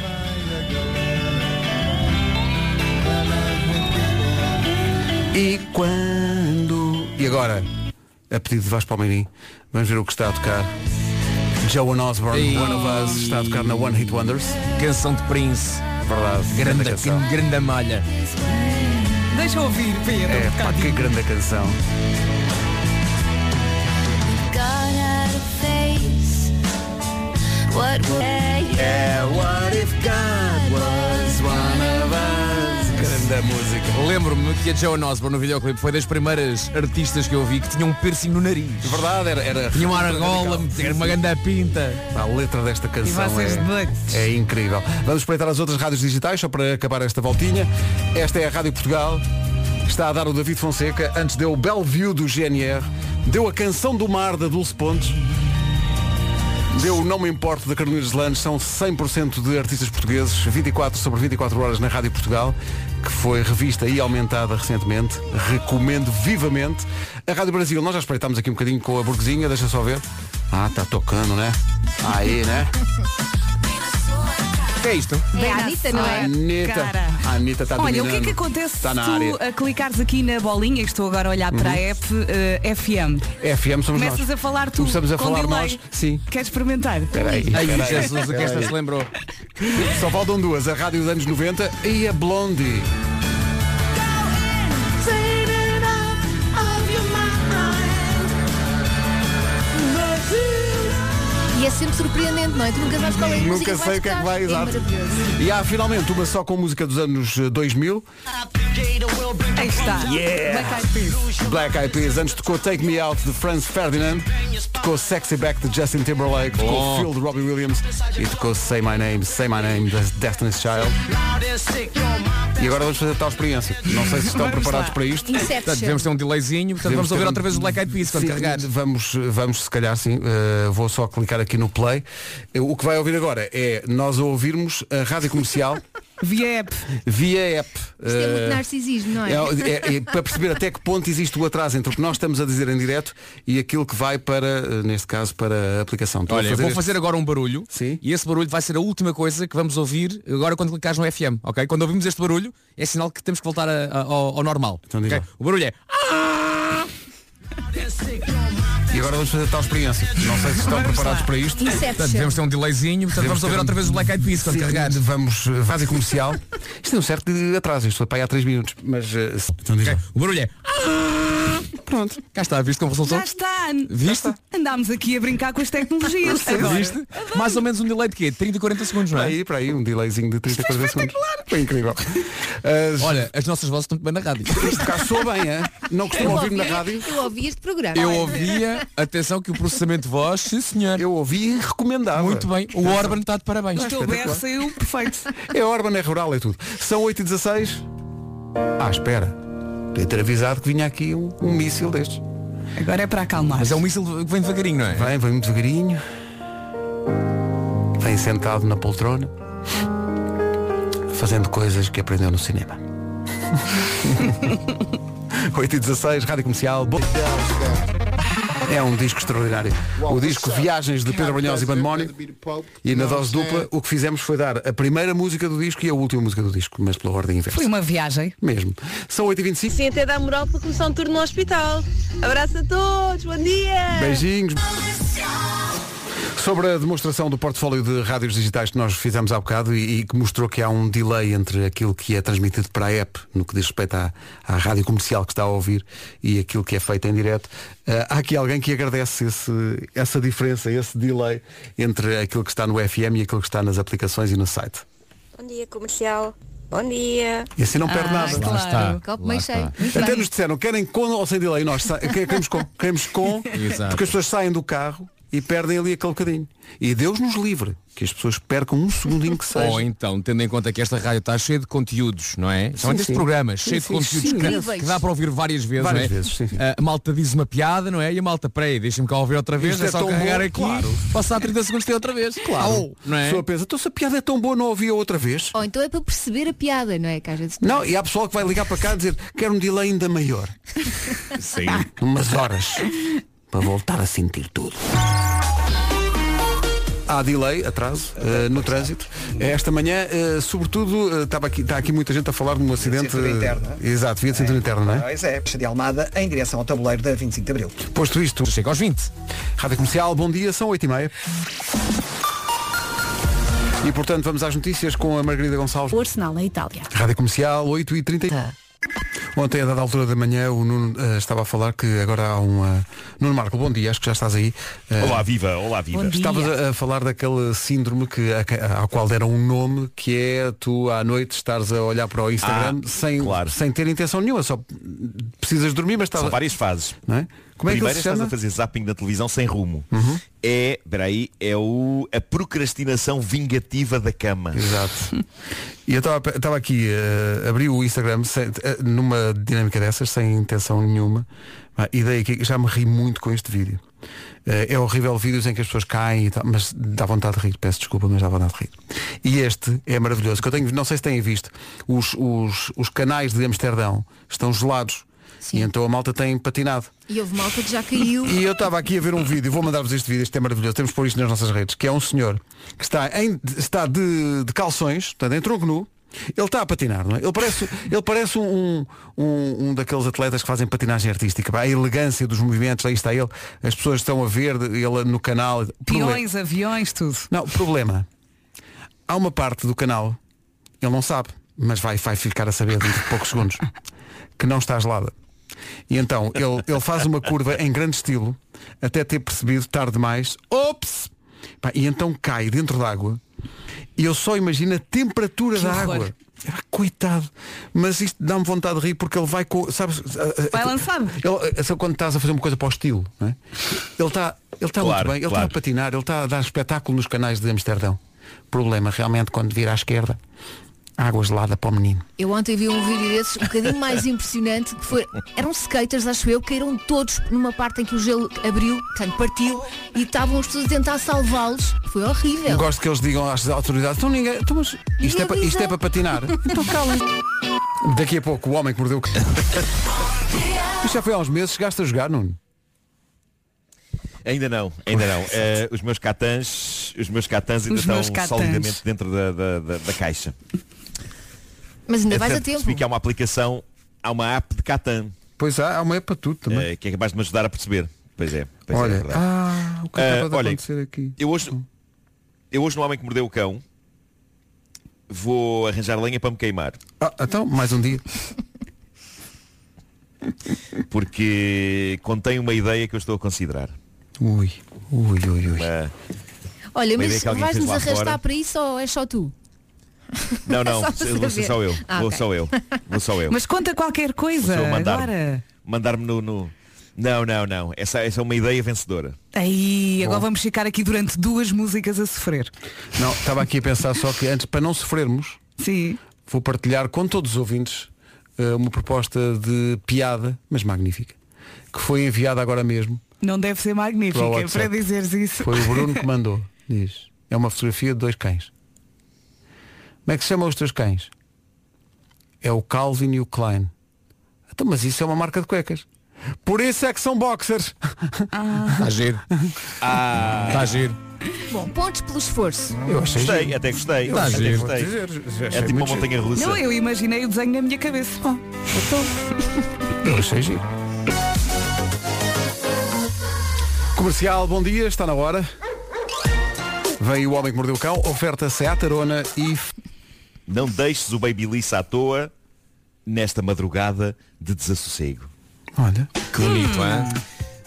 E quando. E agora, a pedido de Vasco Palmeirim, vamos ver o que está a tocar. Joan Osborne, Ei. One of Us, está a tocar na One Hit Wonders. Canção de Prince. Verdade, grande Grande, canção. grande, malha. Deixa eu ouvir, Pedro. É, um pá, bocadinho. que grande canção. É What If God Was One of Us. Grande música. Lembro-me que a Joan Osborne no videoclipe foi das primeiras artistas que eu vi que tinha um piercing no nariz. Verdade, era. era Tinha uma argola, uma grande É pinta. A letra desta canção vocês doidos. é, é incrível. Vamos espreitar as outras rádios digitais só para acabar esta voltinha. Esta é a Rádio Portugal. Está a dar o David Fonseca. Antes deu o Bellevue do GNR. Deu a Canção do Mar da Dulce Pontes. Deu o Não Me Importo da Carolina Lange. São 100% de artistas portugueses. 24 sobre 24 horas na Rádio Portugal. Que foi revista e aumentada recentemente. Recomendo vivamente. A Rádio Brasil, nós já espreitámos aqui um bocadinho com a burguesinha. Deixa só ver. Ah, está tocando, né? Aí, né? O que é isto? é a Anitta, não é? Anitta. Cara. A Anitta está Olha, Tá dominando. o que é que acontece Está se na tu área. Uhum. a clicares aqui na bolinha, e estou agora a olhar para a app eh, FM. FM somos Começas nós. a falar tu. Começamos a com falar delay. nós. Sim. Queres experimentar? Peraí. Ai, peraí. Jesus, o que esta se lembrou? Só faltam duas, a Rádio dos anos 90 e a Blondie. E é sempre surpreendente, não é? Tu nunca sabes qual é a Nunca música sei o que é que tocar. vai, exato. maravilhoso. E há finalmente uma só com música dos anos eh, 2000, Aí está. Black Eyed Peas. Black Eyed Peas. Antes tocou Take Me Out de Franz Ferdinand, tocou Sexy Back de Justin Timberlake, tocou Phil de Robbie Williams e tocou Say My Name, Say My Name de Destiny's Child. E agora vamos fazer tal experiência. Não sei se estão Vamos preparados lá. para isto. Inception. Portanto, devemos ter um delayzinho, portanto Devemos vamos ouvir ter um- outra vez os Black Eyed Peas quando Sim, carregar. Vamos, vamos, se calhar sim, eh, vou só clicar aqui no play. Eh, O que vai ouvir agora é nós a ouvirmos a rádio comercial Via app. via app. Isto é Eh, muito narcisismo, não é? é- é- é para perceber até que ponto existe o atraso entre o que nós estamos a dizer em direto e aquilo que vai para, eh, neste caso, para a aplicação. Então, Estou a Olha, eu vou este- fazer agora um barulho Sim. e esse barulho vai ser a última coisa que vamos ouvir agora quando clicares no FM, ok? Quando ouvimos este barulho é sinal que temos que voltar a- a- ao, ao normal. Então diga ok? lá. O barulho é. Ah, E agora vamos fazer tal experiência. Não sei se estão preparados para isto. é Portanto, Inception. devemos ter um delayzinho, portanto vamos Devemos ter ouvir um- outra vez os Black Eyed Peas quando Sim, carregar. Vamos, eh, rádio comercial. Isto tem um certo de atraso, isto foi para aí há 3 minutos. Mas eh, se- então diga Ok? lá. O barulho é. Pronto. Cá está, viste como resultou? Já está! Viste? Andámos aqui a brincar com as tecnologias. Agora. Viste? Mais ou menos um delay de quê? 30, 40 segundos, não Para é? aí, para aí, um delayzinho de 30 coisas. Foi incrível. As- Olha, as nossas vozes estão bem na rádio. Eh, Isto cá soa bem, hein? Não costumo ouvir-me é na rádio. eu ouvi este programa. Eu ouvia, atenção que o processamento de voz, sim senhor. Eu ouvi e recomendava. Muito bem. O Orban está de parabéns. O teu BR saiu perfeito. É Orban, é rural, é tudo. São 8h16. Ah, espera. Devia ter avisado que vinha aqui um, um míssil destes. Agora é para acalmar. Mas é um míssil que vem devagarinho, não é? Vem, vem muito devagarinho. Vem sentado na poltrona. Fazendo coisas que aprendeu no cinema. 8 e 16, Rádio Comercial. Bo- É um disco extraordinário. O disco Viagens de Pedro Brunhosa e Bandemónio. E na dose dupla, o que fizemos foi dar a primeira música do disco e a última música do disco, mas pela ordem inversa. Foi uma viagem. Mesmo. São 8h25. Sim, até dá moral para começar um turno no hospital. Abraço a todos, bom dia! Beijinhos. Sobre a demonstração do portfólio de rádios digitais que nós fizemos há bocado e, e que mostrou que há um delay entre aquilo que é transmitido para a app, no que diz respeito à, à rádio comercial que está a ouvir, e aquilo que é feito em direto, ah, há aqui alguém que agradece esse- essa diferença, esse delay entre aquilo que está no FM e aquilo que está nas aplicações e no site. Bom dia, comercial. Bom dia. E assim não perde Ah, nada. claro. Copo meio está. cheio. Muito Até bem. nos disseram, querem com ou sem delay? Nós sa- que- queremos com, queremos com Exato. porque as pessoas saem do carro e perdem ali aquele bocadinho. E Deus nos livre, que as pessoas percam um segundinho que seja. Ou então, tendo em conta que esta rádio está cheia de conteúdos, não é? São estes sim. programas, Sim, cheio sim, de conteúdos sim, que, sim. que dá para ouvir várias vezes, Várias não é? vezes, sim, sim. A malta diz uma piada, não é? E a malta, peraí, deixa-me cá ouvir outra vez, Isto é é só tão carregar bom, aqui, claro. passar 30 segundos tem outra vez. Claro. Não A é? pessoa pensa, então se a piada é tão boa, não ouvi a outra vez. Ou então é para perceber a piada, não é? Que às vezes... Não, e há pessoal que vai ligar para cá e dizer, quero um delay ainda maior. Sim. Umas horas. para voltar a sentir tudo. Há delay, atraso, eh, no trânsito. Esta manhã, eh, sobretudo, eh, estava aqui, está aqui muita gente a falar de um acidente. cintura interna. eh, Exato, via de cintura interna, não é? Pois é, Puxa de Almada em direção ao tabuleiro da 25 de Abril. Posto isto, Chega aos 20. Rádio Comercial, bom dia, são 8h30. E portanto vamos às notícias com a Margarida Gonçalves. Arsenal na Itália. Rádio Comercial, 8h30. Tá. Ontem, a dada altura da manhã, o Nuno eh, estava a falar que agora há um. eh, Nuno Marco, bom dia, acho que já estás aí. Eh, Olá viva, olá viva. Bom dia. Estavas a, a falar daquele síndrome que, a, que- ao qual deram um nome, que é tu à noite estares a olhar para o Instagram Ah, sem, claro. sem ter intenção nenhuma, só precisas dormir, mas estás. São várias fases. Não é? Como é que ele Primeiro se estás chama? Uhum. a fazer zapping na televisão sem rumo. É, peraí, é o, a procrastinação vingativa da cama. Exato. E eu estava estava aqui, eh, abri o Instagram sem- eh, numa dinâmica dessas, sem intenção nenhuma, pá, e daí que já me ri muito com este vídeo. Eh, é horrível vídeos em que as pessoas caem e tal, mas dá vontade de rir, peço desculpa, mas dá vontade de rir. E este é maravilhoso, que eu tenho, não sei se têm visto, os, os, os canais de Amsterdão estão gelados. Sim. E então a malta tem patinado. E houve malta que já caiu. E eu estava aqui a ver um vídeo, vou mandar-vos este vídeo, este é maravilhoso, temos que pôr isto nas nossas redes, que é um senhor que está, em, está de, de calções, portanto, em tronco nu, ele está a patinar, não é? Ele parece, ele parece um, um, um daqueles atletas que fazem patinagem artística, pá, a elegância dos movimentos, aí está ele, as pessoas estão a ver de- ele no canal. Problema- Peões, aviões, tudo. Não, problema. Há uma parte do canal, ele não sabe, mas vai, vai ficar a saber dentro de poucos segundos, que não está gelada. E então ele, ele faz uma curva em grande estilo, até ter percebido tarde demais, ops! Pá, e então cai dentro d'água e eu só imagino a temperatura da horror. água. Ah, Coitado, mas isto dá-me vontade de rir porque ele vai com. Sabes, a- a- Vai lançado. ele, sabe quando estás a fazer uma coisa para o estilo, não é? Ele está ele está Claro, muito bem, ele está claro. a patinar, ele está a dar espetáculo nos canais de Amsterdão. Problema, realmente, quando vira à esquerda, água gelada para o menino. Eu ontem vi um vídeo desses um bocadinho mais impressionante que foi. Eram skaters, acho eu, caíram todos numa parte em que o gelo abriu, portanto partiu, e estavam as pessoas a tentar salvá-los. Foi horrível. Gosto que eles digam às autoridades, então ninguém. Então, mas isto, é Ninguém para, isto avisa." é para patinar. Então calem. Daqui a pouco, o homem que mordeu o cão. Isto já foi há uns meses, chegaste a jogar, Nuno. Ainda não, ainda não. Eh, os meus catãs, os meus catãs ainda Os meus estão catãs. solidamente dentro da, da, da- da caixa. Mas ainda vais a Entretanto, tempo. percebi que há uma aplicação, há uma app de catã, Pois há, há uma app para tudo também. eh, que é capaz de me ajudar a perceber. Pois é, pois é, é olha, verdade. ah, o que Ah, acaba de olha, acontecer aqui? Eu hoje, eu hoje no Homem que Mordeu o Cão vou arranjar lenha para me queimar. Ah, então, mais um dia. porque contém uma ideia que eu estou a considerar. Ui, ui, ui, ui. Uma- Olha, Uma ideia mas que alguém vais-nos fez lá arrastar fora. para isso ou é só tu? Não, não, É Só para vou ser saber. só eu. Ah, vou ok. eh, só eu. Vou só eu. Mas conta qualquer coisa. Vou só mandar-me. Agora. Mandar-me no, no- Não, não, não. Essa, essa é uma ideia vencedora. Aí, agora vamos ficar aqui durante duas músicas a sofrer. Não, estava aqui a pensar só que antes, para não sofrermos, Sim. vou partilhar com todos os ouvintes eh, uma proposta de piada, mas magnífica, que foi enviada agora mesmo. Não deve ser magnífica Para o para, WhatsApp. dizeres isso. Foi o Bruno que mandou. Diz. É uma fotografia de dois cães. Como é que se chamam os teus cães? É o Calvin e o Klein. Então, mas isso é uma marca de cuecas. Por isso é que são boxers. Está giro. Ah, Está giro. Bom, pontos pelo esforço. Eh, gostei, até gostei. Tá até giro. gostei. Vou dizer, achei É tipo uma muito montanha russa. Não, eu imaginei o desenho na minha cabeça. Oh, Eu achei giro. Comercial, bom dia, está na hora. Vem o Homem que Mordeu o Cão, oferta Seat Arona e... Não deixes o babyliss à toa nesta madrugada de desassossego. Olha, Que bonito, hein?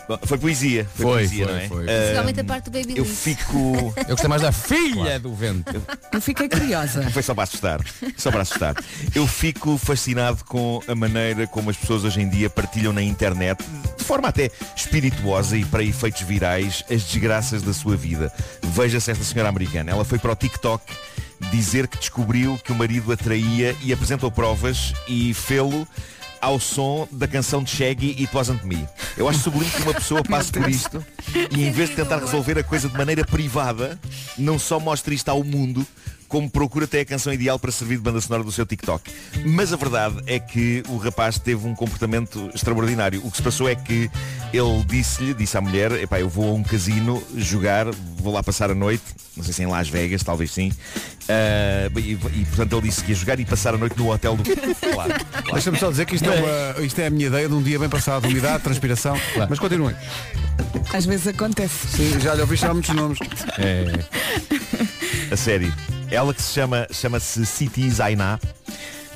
Bom, Foi poesia. Foi, Foi, poesia, foi, não é? foi. Ah, Principalmente a parte do Baby eu Liss. fico. Eu gostei mais da filha do vento. eu fiquei curiosa. Foi só para assustar. Só para assustar. Eu fico fascinado com a maneira como as pessoas hoje em dia partilham na internet, de forma até espirituosa e para efeitos virais, as desgraças da sua vida. Veja-se esta senhora americana. Ela foi para o TikTok dizer que descobriu que o marido a traía e apresentou provas e fê-lo ao som da canção de Shaggy It Wasn't Me. Eu acho sublime que uma pessoa passe por isto e em vez de tentar resolver a coisa de maneira privada, não só mostre isto ao mundo, como procura até a canção ideal para servir de banda sonora do seu TikTok. Mas a verdade é que o rapaz teve um comportamento extraordinário. O que se passou é que ele disse-lhe, disse à mulher, epá, eu vou a um casino jogar, vou lá passar a noite, não sei se em Las Vegas, talvez sim, Ah, e, e, portanto ele disse que ia jogar e passar a noite no hotel do... Claro, claro. Deixa-me só dizer que isto é, uma- isto é a minha ideia de um dia bem passado, umidade, transpiração. Mas continuem. Às vezes acontece. Sim, já lhe ouvi chamar muitos nomes. A sério. Ela que se chama, chama-se Siti Zainá,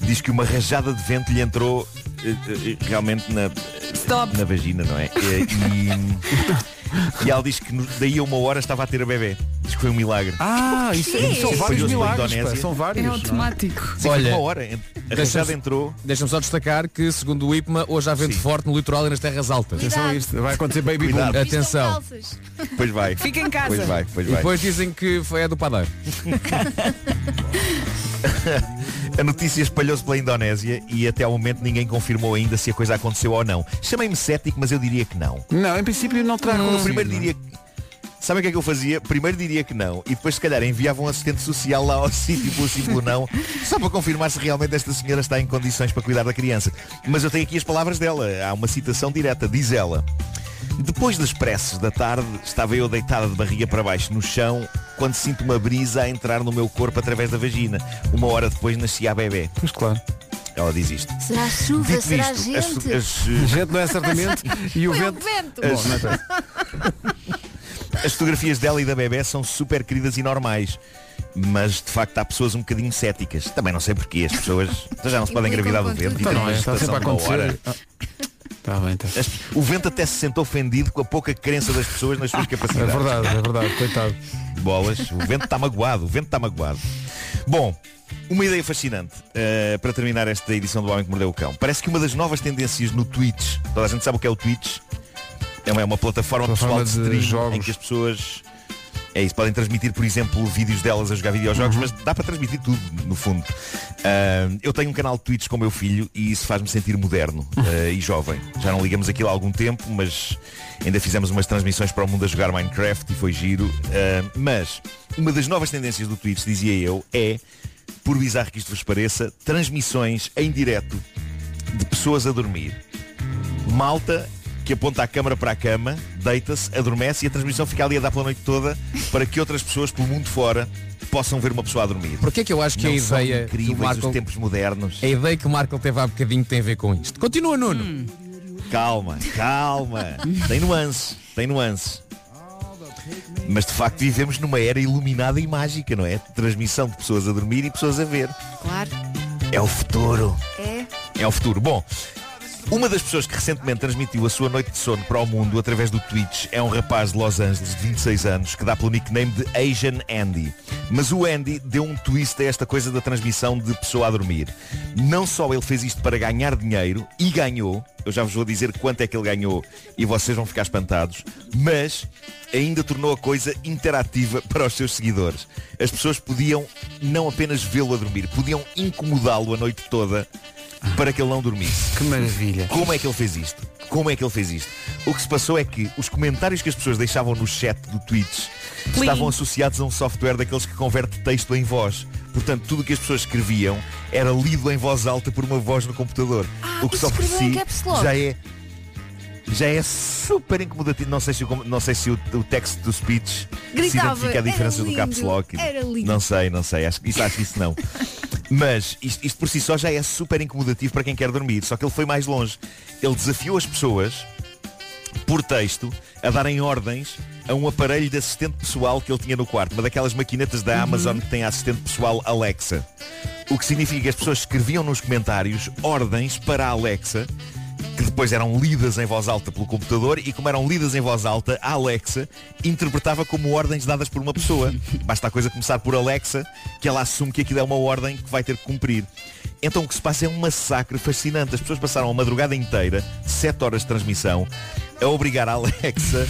diz que uma rajada de vento lhe entrou eh, eh, realmente na, Stop. na vagina, não é? Eh, E, e ela diz que no- daí a uma hora estava a ter a bebê. Diz que foi um milagre. Ah, isso, isso são Sim. vários Foi-os para a milagres. pá, Indonésia. são vários. É automático. Diz que Olha, foi uma hora. en- A rajada deixa-me- entrou. Deixa-me só destacar que, segundo o IPMA, hoje há vento Sim. forte no litoral e nas terras altas. Atenção a isto. Vai acontecer baby boom. Cuidado. Vistam Atenção. é calças. Pois vai. Fica em casa. Pois vai, pois E vai. depois dizem que foi a do padeiro. A notícia espalhou-se pela Indonésia e até ao momento ninguém confirmou ainda se a coisa aconteceu ou não. Chamei-me cético, mas eu diria que não. Não, em princípio não é? trago. Eu Hum. primeiro diria que... Sabem o que é que eu fazia? Primeiro diria que não e depois se calhar enviava um assistente social lá ao sítio pelo símbolo não, só para confirmar se realmente esta senhora está em condições para cuidar da criança. Mas eu tenho aqui as palavras dela, há uma citação direta, diz ela. Depois das preces da tarde, estava eu deitada de barriga para baixo no chão, quando sinto uma brisa a entrar no meu corpo através da vagina. Uma hora depois nascia a bebê. Pois claro. Ela diz isto. Será chuva? Dito será isto, gente? as- eh, as, Gente não é certamente. E o Foi o vento. vento. Bom, não é tanto. As fotografias dela e da bebé são super queridas e normais. Mas de facto há pessoas um bocadinho céticas. Também não sei porquê. As pessoas então já não se podem Implicam engravidar do conteúdo. vento e Então ter não uma é, está gestação sempre a de uma hora. acontecer. Ah. Está bem, está. As- O vento até se sente ofendido com a pouca crença das pessoas nas suas É capacidades. verdade, é verdade, coitado. Bolas, o vento está magoado, o vento está magoado. Bom, uma ideia fascinante eh, para terminar esta edição do Homem que Mordeu o Cão. Parece que uma das novas tendências no Twitch, toda a gente sabe o que é o Twitch, é uma, é uma plataforma, Plataforma pessoal de, de stream jogos. em que as pessoas é isso, podem transmitir, por exemplo, vídeos delas a jogar videojogos, mas dá para transmitir tudo, no fundo. Ah, eu tenho um canal de tweets com o meu filho e isso faz-me sentir moderno ah, e jovem. Já não ligamos aquilo há algum tempo, mas ainda fizemos umas transmissões para o mundo a jogar Minecraft e foi giro. Ah, mas uma das novas tendências do Twitch, dizia eu, é, por bizarro que isto vos pareça, transmissões em direto de pessoas a dormir. Malta que aponta a câmara para a cama, deita-se, adormece e a transmissão fica ali a dar pela noite toda para que outras pessoas pelo mundo fora possam ver uma pessoa a dormir. Porquê é que eu acho que Não a são ideia do incríveis Marco... É- os tempos modernos. A ideia que o Marco teve há bocadinho tem a ver com isto. Continua, Nuno. Calma, calma. tem nuance, tem nuance. Mas de facto vivemos numa era iluminada e mágica, não é? Transmissão de pessoas a dormir e pessoas a ver. Claro. É o futuro. É. É o futuro. Bom, Uma das pessoas que recentemente transmitiu a sua noite de sono para o mundo através do Twitch é um rapaz de Los Angeles de 26 anos que dá pelo nickname de Asian Andy. Mas o Andy deu um twist a esta coisa da transmissão de pessoa a dormir. Não só ele fez isto para ganhar dinheiro e ganhou, eu já vos vou dizer quanto é que ele ganhou e vocês vão ficar espantados, mas ainda tornou a coisa interativa para os seus seguidores. As pessoas podiam não apenas vê-lo a dormir, podiam incomodá-lo a noite toda para que ele não dormisse. Que maravilha. Como é que ele fez isto? Como é que ele fez isto? O que se passou é que os comentários que as pessoas deixavam no chat do Twitch estavam associados a um software daqueles que converte texto em voz. Portanto, tudo o que as pessoas escreviam era lido em voz alta por uma voz no computador. o que Ah, isso só por escreveu em si caps lock. já é já é super incomodativo. Não sei se, o- não sei se o, o text do speech se Gritava, identifica a diferença "Era do caps lindo, lock. era lindo." Não sei, não sei. Acho, isso, acho que isso não. Mas isto, isto por si só já é super incomodativo para quem quer dormir. Só que ele foi mais longe. Ele desafiou as pessoas por texto a darem ordens a um aparelho de assistente pessoal que ele tinha no quarto, uma daquelas maquinetas Uhum. da Amazon que tem a assistente pessoal Alexa. O que significa que as pessoas escreviam nos comentários ordens para a Alexa, que depois eram lidas em voz alta pelo computador e como eram lidas em voz alta, a Alexa interpretava como ordens dadas por uma pessoa. Basta a coisa começar por Alexa, que ela assume que aquilo é uma ordem que vai ter que cumprir. Então o que se passa é um massacre fascinante. As pessoas passaram a madrugada inteira, 7 horas de transmissão, a obrigar a Alexa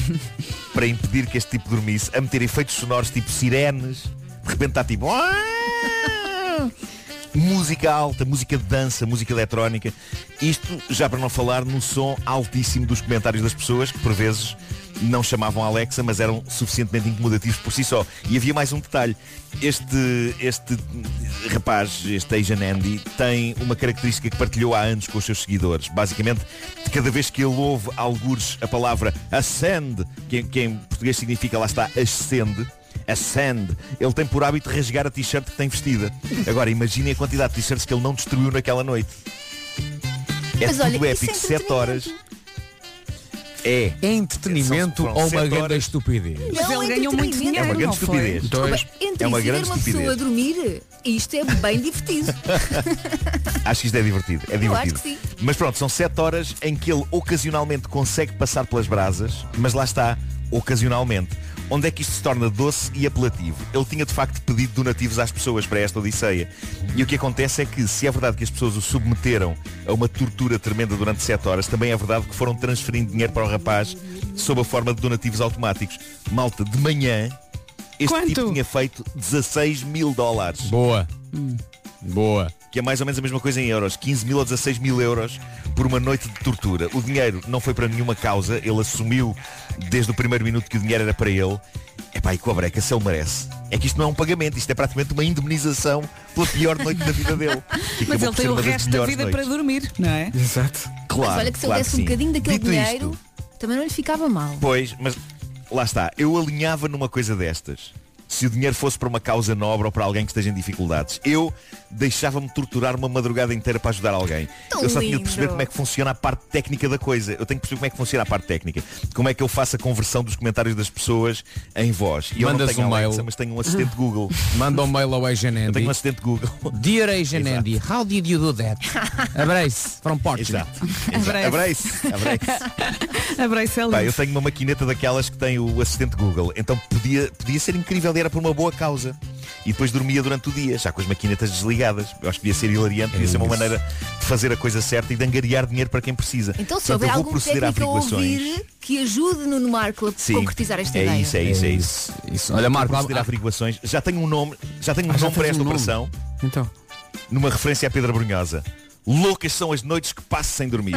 para impedir que este tipo dormisse, a meter efeitos sonoros tipo sirenes, de repente está tipo música alta, música de dança, música eletrónica. Isto já para não falar no som altíssimo dos comentários das pessoas, que por vezes não chamavam Alexa, mas eram suficientemente incomodativos por si só. E havia mais um detalhe. Este, este rapaz, este Asian Andy, tem uma característica que partilhou há anos com os seus seguidores. Basicamente, de cada vez que ele ouve algures a palavra ascend, que, em- que em português significa lá está ascende, Ascend. É Ele tem por hábito rasgar a t-shirt que tem vestida. Agora, imaginem a quantidade de t-shirts que ele não destruiu naquela noite. É Mas olha, tudo isso é épico. 7 horas. É. É entretenimento São- foram ou uma sete grande horas. estupidez? Mas ele ganhou muito entretenimento. dinheiro, É uma grande não foi? estupidez. Dois. Então, Entre É uma isso e ver grande uma pessoa a estupidez. dormir, isto é bem divertido. Acho que isto é divertido. É divertido. acho que sim. Mas pronto, são 7 horas em que ele ocasionalmente consegue passar pelas brasas, mas lá está, ocasionalmente. Onde é que isto se torna doce e apelativo? Ele tinha de facto pedido donativos às pessoas para esta Odisseia. E o que acontece é que, se é verdade que as pessoas o submeteram a uma tortura tremenda durante 7 horas, também é verdade que foram transferindo dinheiro para o rapaz sob a forma de donativos automáticos. Malta, de manhã, este tipo tinha feito 16 mil dólares Boa. Boa. que é mais ou menos a mesma coisa em euros, 15 mil ou 16 mil euros por uma noite de tortura. O dinheiro não foi para nenhuma causa, ele assumiu desde o primeiro minuto que o dinheiro era para ele. Epá, e com a breca, se ele merece. É que isto não é um pagamento, isto é praticamente uma indemnização pela pior noite da vida dele. E Mas ele acabou por ser tem o uma das resto da melhores vida noites. para dormir, não é? Exato. Claro, Mas olha que se claro ele desse sim. um bocadinho daquele Dito isto, dinheiro, também não lhe ficava mal. Pois, mas lá está. Eu alinhava numa coisa destas. Se o dinheiro fosse para uma causa nobre ou para alguém que esteja em dificuldades. Eu deixava-me torturar uma madrugada inteira para ajudar alguém. Tão eu só tinha de perceber lindo. como é que funciona a parte técnica da coisa. Eu tenho que perceber como é que funciona a parte técnica. Como é que eu faço a conversão dos comentários das pessoas em voz. E eu não Mandas tenho um Alexa, mail. mas tenho um assistente Google. Manda um mail ao Asian Eu tenho Andy. um assistente Google. Dear Asian Andy, how did you do that? Abrace from Portugal. Exato. Exato. Abraço. Abraço. Abraço é Pá, lindo. eu tenho uma maquineta daquelas que tem o assistente Google, então podia, podia ser incrível e era por uma boa causa. E depois dormia durante o dia, já com as maquinetas desligadas. Eu acho que podia ser hilariante, É podia ser uma maneira de fazer a coisa certa e de angariar dinheiro para quem precisa. Então se Portanto, houver eu vou algum proceder a técnico a averiguações. ouvir que ajude Nuno Marco a Sim, concretizar esta é ideia. Isso, é isso, é isso. Isso. Olha, Marco, ah, vou proceder a há- averiguações. Já tenho um nome, já tenho um Ah, já nome para tens esta um nome. operação, Então. numa referência à Pedra Brunhosa. Loucas são as noites que passo sem dormir.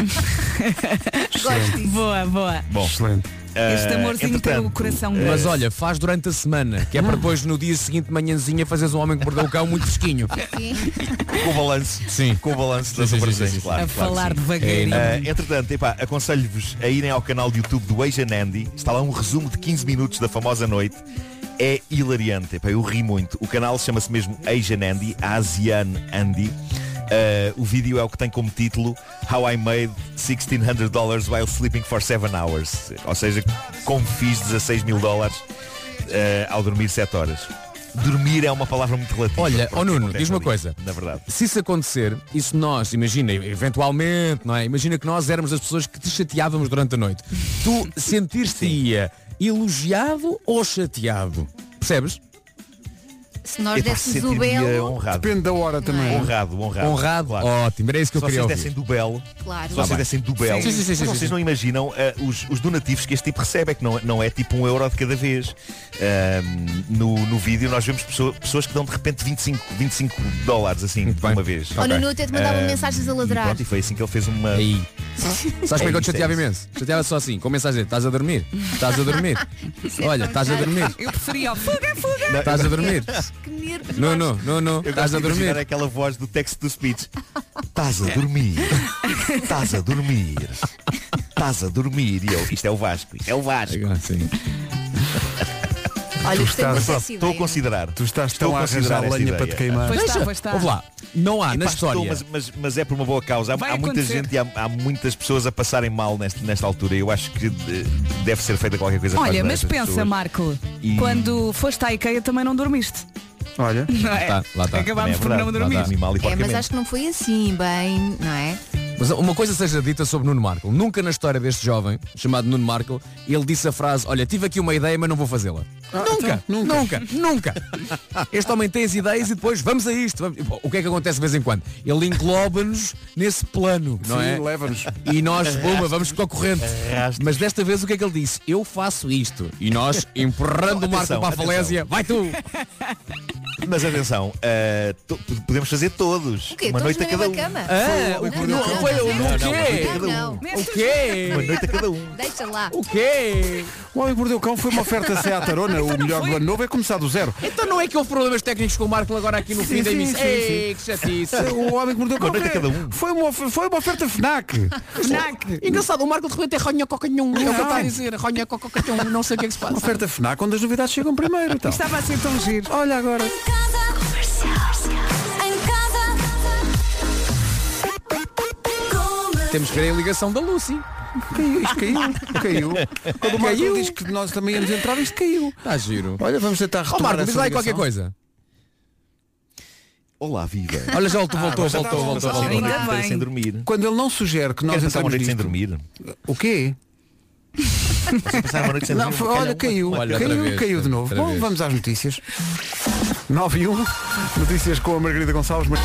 Gosto disso. Boa, boa. Bom, Excelente. Este eh, amorzinho tem o entretanto, eh, coração há- grande. mas olha, faz durante a semana, que é para depois no dia seguinte, de manhãzinha, fazeres um homem que mordeu o cão muito fresquinho. com o balanço, Sim. com o balanço das Sim, sim, sim, operações, sim, sim. claro, a claro que falar sim. devagarinho. Ah, entretanto, epá, aconselho-vos a irem ao canal do YouTube do Asian Andy. Está lá um resumo de 15 minutos da famosa noite. É hilariante, epá, eu ri muito. O canal chama-se mesmo Asian Andy, Asian Andy. Ah, o vídeo é o que tem como título How I Made 1600 Dollars While Sleeping for 7 eh, Hours. Ou seja, como fiz 16 mil dólares ah, ao dormir 7 horas. dormir é uma palavra muito relativa. Olha, para o ó que Nuno, acontece diz uma ali, coisa. Na verdade. Se isso acontecer, e se nós, imagina, eventualmente, não é? Imagina que nós éramos as pessoas que te chateávamos durante a noite. Tu sentir-se-ia elogiado ou chateado? Percebes? Se nós Epá, dessemos o sentir-me belo, honrado. Depende da hora também. Honrado, honrado. Honrado? Ótimo, era isso que eu é? Só queria Se ouvir. vocês dessem do belo. Claro. Se vocês Tá bem. dessem do belo. Sim, sim, sim, Mas sim, vocês sim. não imaginam ah, os, os donativos que este tipo recebe, é que não, não é tipo um euro de cada vez. Ahm, no, no vídeo nós vemos pessoa- pessoas que dão de repente 25, 25 dólares assim, de uma vez. Olha, o Nuno até te mandava Ahm, mensagens a ladrar. E, pronto, e foi assim que ele fez uma. Aí. Sabes como é que eu te isso, chateava isso. imenso? Chateava só assim, com mensagem, estás a dormir? Estás a dormir? Olha, estás a dormir? Eu preferia o fuga, fuga. Estás a dormir? que nervos. Não, não, não, não. Eu Estás gosto a de imaginar dormir? aquela voz do text to speech. Estás a dormir. Estás a dormir. Estás a dormir. E eu, isto é o Vasco. Isto é o Vasco. Ah, sim. Olha, gostei estás- é muito Pronto, dessa Estou a ideia. considerar. Tu estás Estou tão a considerar arranjar esta lenha para ideia. te queimar. Pois está, Deixa, pois tá. está. ouve lá. Não há na Epá, Tá. estou, história. mas, mas- mas é por uma boa causa. Há, Vai há muita acontecer. gente, e há, há muitas pessoas a passarem mal neste, nesta altura. Eu acho que de- deve ser feita qualquer coisa para Olha, ajudar mas estas pensa, pessoas. Marco, E- quando foste à IKEA também não dormiste. Olha. Não é? Tá, lá tá. Também Acabámos é por verdade, não lá dormir. dá-me mal É, e mas porcamente. acho que não foi assim, bem, não é? Mas uma coisa seja dita sobre Nuno Marco. Nunca na história deste jovem, chamado Nuno Marco, ele disse a frase, olha, tive aqui uma ideia, mas não vou fazê-la. Ah, então, nunca, nunca, nunca, Este homem tem as ideias e depois vamos a isto. vamos- O que é que acontece de vez em quando? Ele engloba-nos nesse plano, não Sim, é? leva-nos. E nós, bomba, vamos com a corrente. Mas desta vez o que é que ele disse? Eu faço isto. E nós, empurrando Não, o Marco atenção, para a atenção. falésia, vai tu! Mas atenção, ah, to- podemos fazer todos. O quê? Uma Todos noite na a cada mesma um. cama? Não, Ah, o- o- não, foi não, o- não, o não, quê? não, não. O quê? Uma noite a cada um. Deixa lá. O quê? O Homem que Mordeu o Cão foi uma oferta a à tarona. O melhor do ano novo é começar do zero. Então não é que houve problemas técnicos com o Marco agora aqui no fim da sim, emissão. sim, Ei, que chatice. O Homem que Mordeu o Cão Uma é noite a cada um. foi uma, of- foi uma oferta FNAC. Engraçado, o Marco de repente é ronha cocanhão. É o que ele está a dizer. Ronha cocanhão. Não sei o que é que se Uma passa. oferta FNAC onde as novidades chegam primeiro. Então. Estava a ser tão giro. É Olha agora. Temos que ver a ligação da Lucy. Caiu, isto caiu. Caiu. Quando o Marco diz que nós também íamos entrar, isto caiu. Está Tá giro. Olha, vamos tentar Ó retomar Marco, essa diz lá aí ligação. qualquer coisa. Olá, viva. Olha, já voltou, Ah, voltou, Já tá, voltou, estávamos voltou. a passar uma voltou. noite inteira bem. sem dormir. Quando ele não sugere que nós Quero passar uma noite entramos sem nisto, dormir. o quê? Passar uma noite sem Não, dormir. foi- olha, caiu, um- Olha, outra caiu, vez, caiu de novo. outra Bom, vez. vamos às notícias. 9 e 1, notícias com a Margarida Gonçalves. Mar-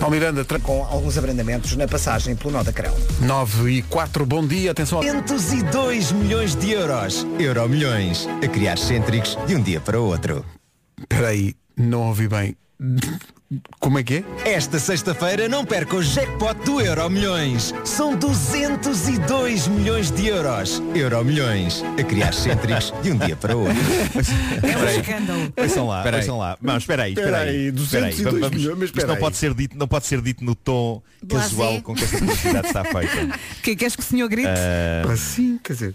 Paulo Miranda, tra- Com alguns abrandamentos na passagem pelo Nó da Creu. 9 e 4, bom dia, atenção. 202 milhões de euros. Euro milhões. A criar cêntricos de um dia para o outro. Espera aí, não ouvi bem. Como é que é? Esta sexta-feira não perca o jackpot do Euro milhões. São 202 milhões de euros. Euro milhões. A criar cêntricos de um dia para o outro. É um escândalo. Ouçam lá, Espera aí. ouçam lá. Não, espera aí, Espera espera aí, aí. 202 Espera aí, vamos- milhões, mas espera Isto não aí. pode ser dito, não pode ser dito no tom Blasé. casual com que esta publicidade está feita. Que, queres que o senhor grite? Eh, Assim, quer dizer.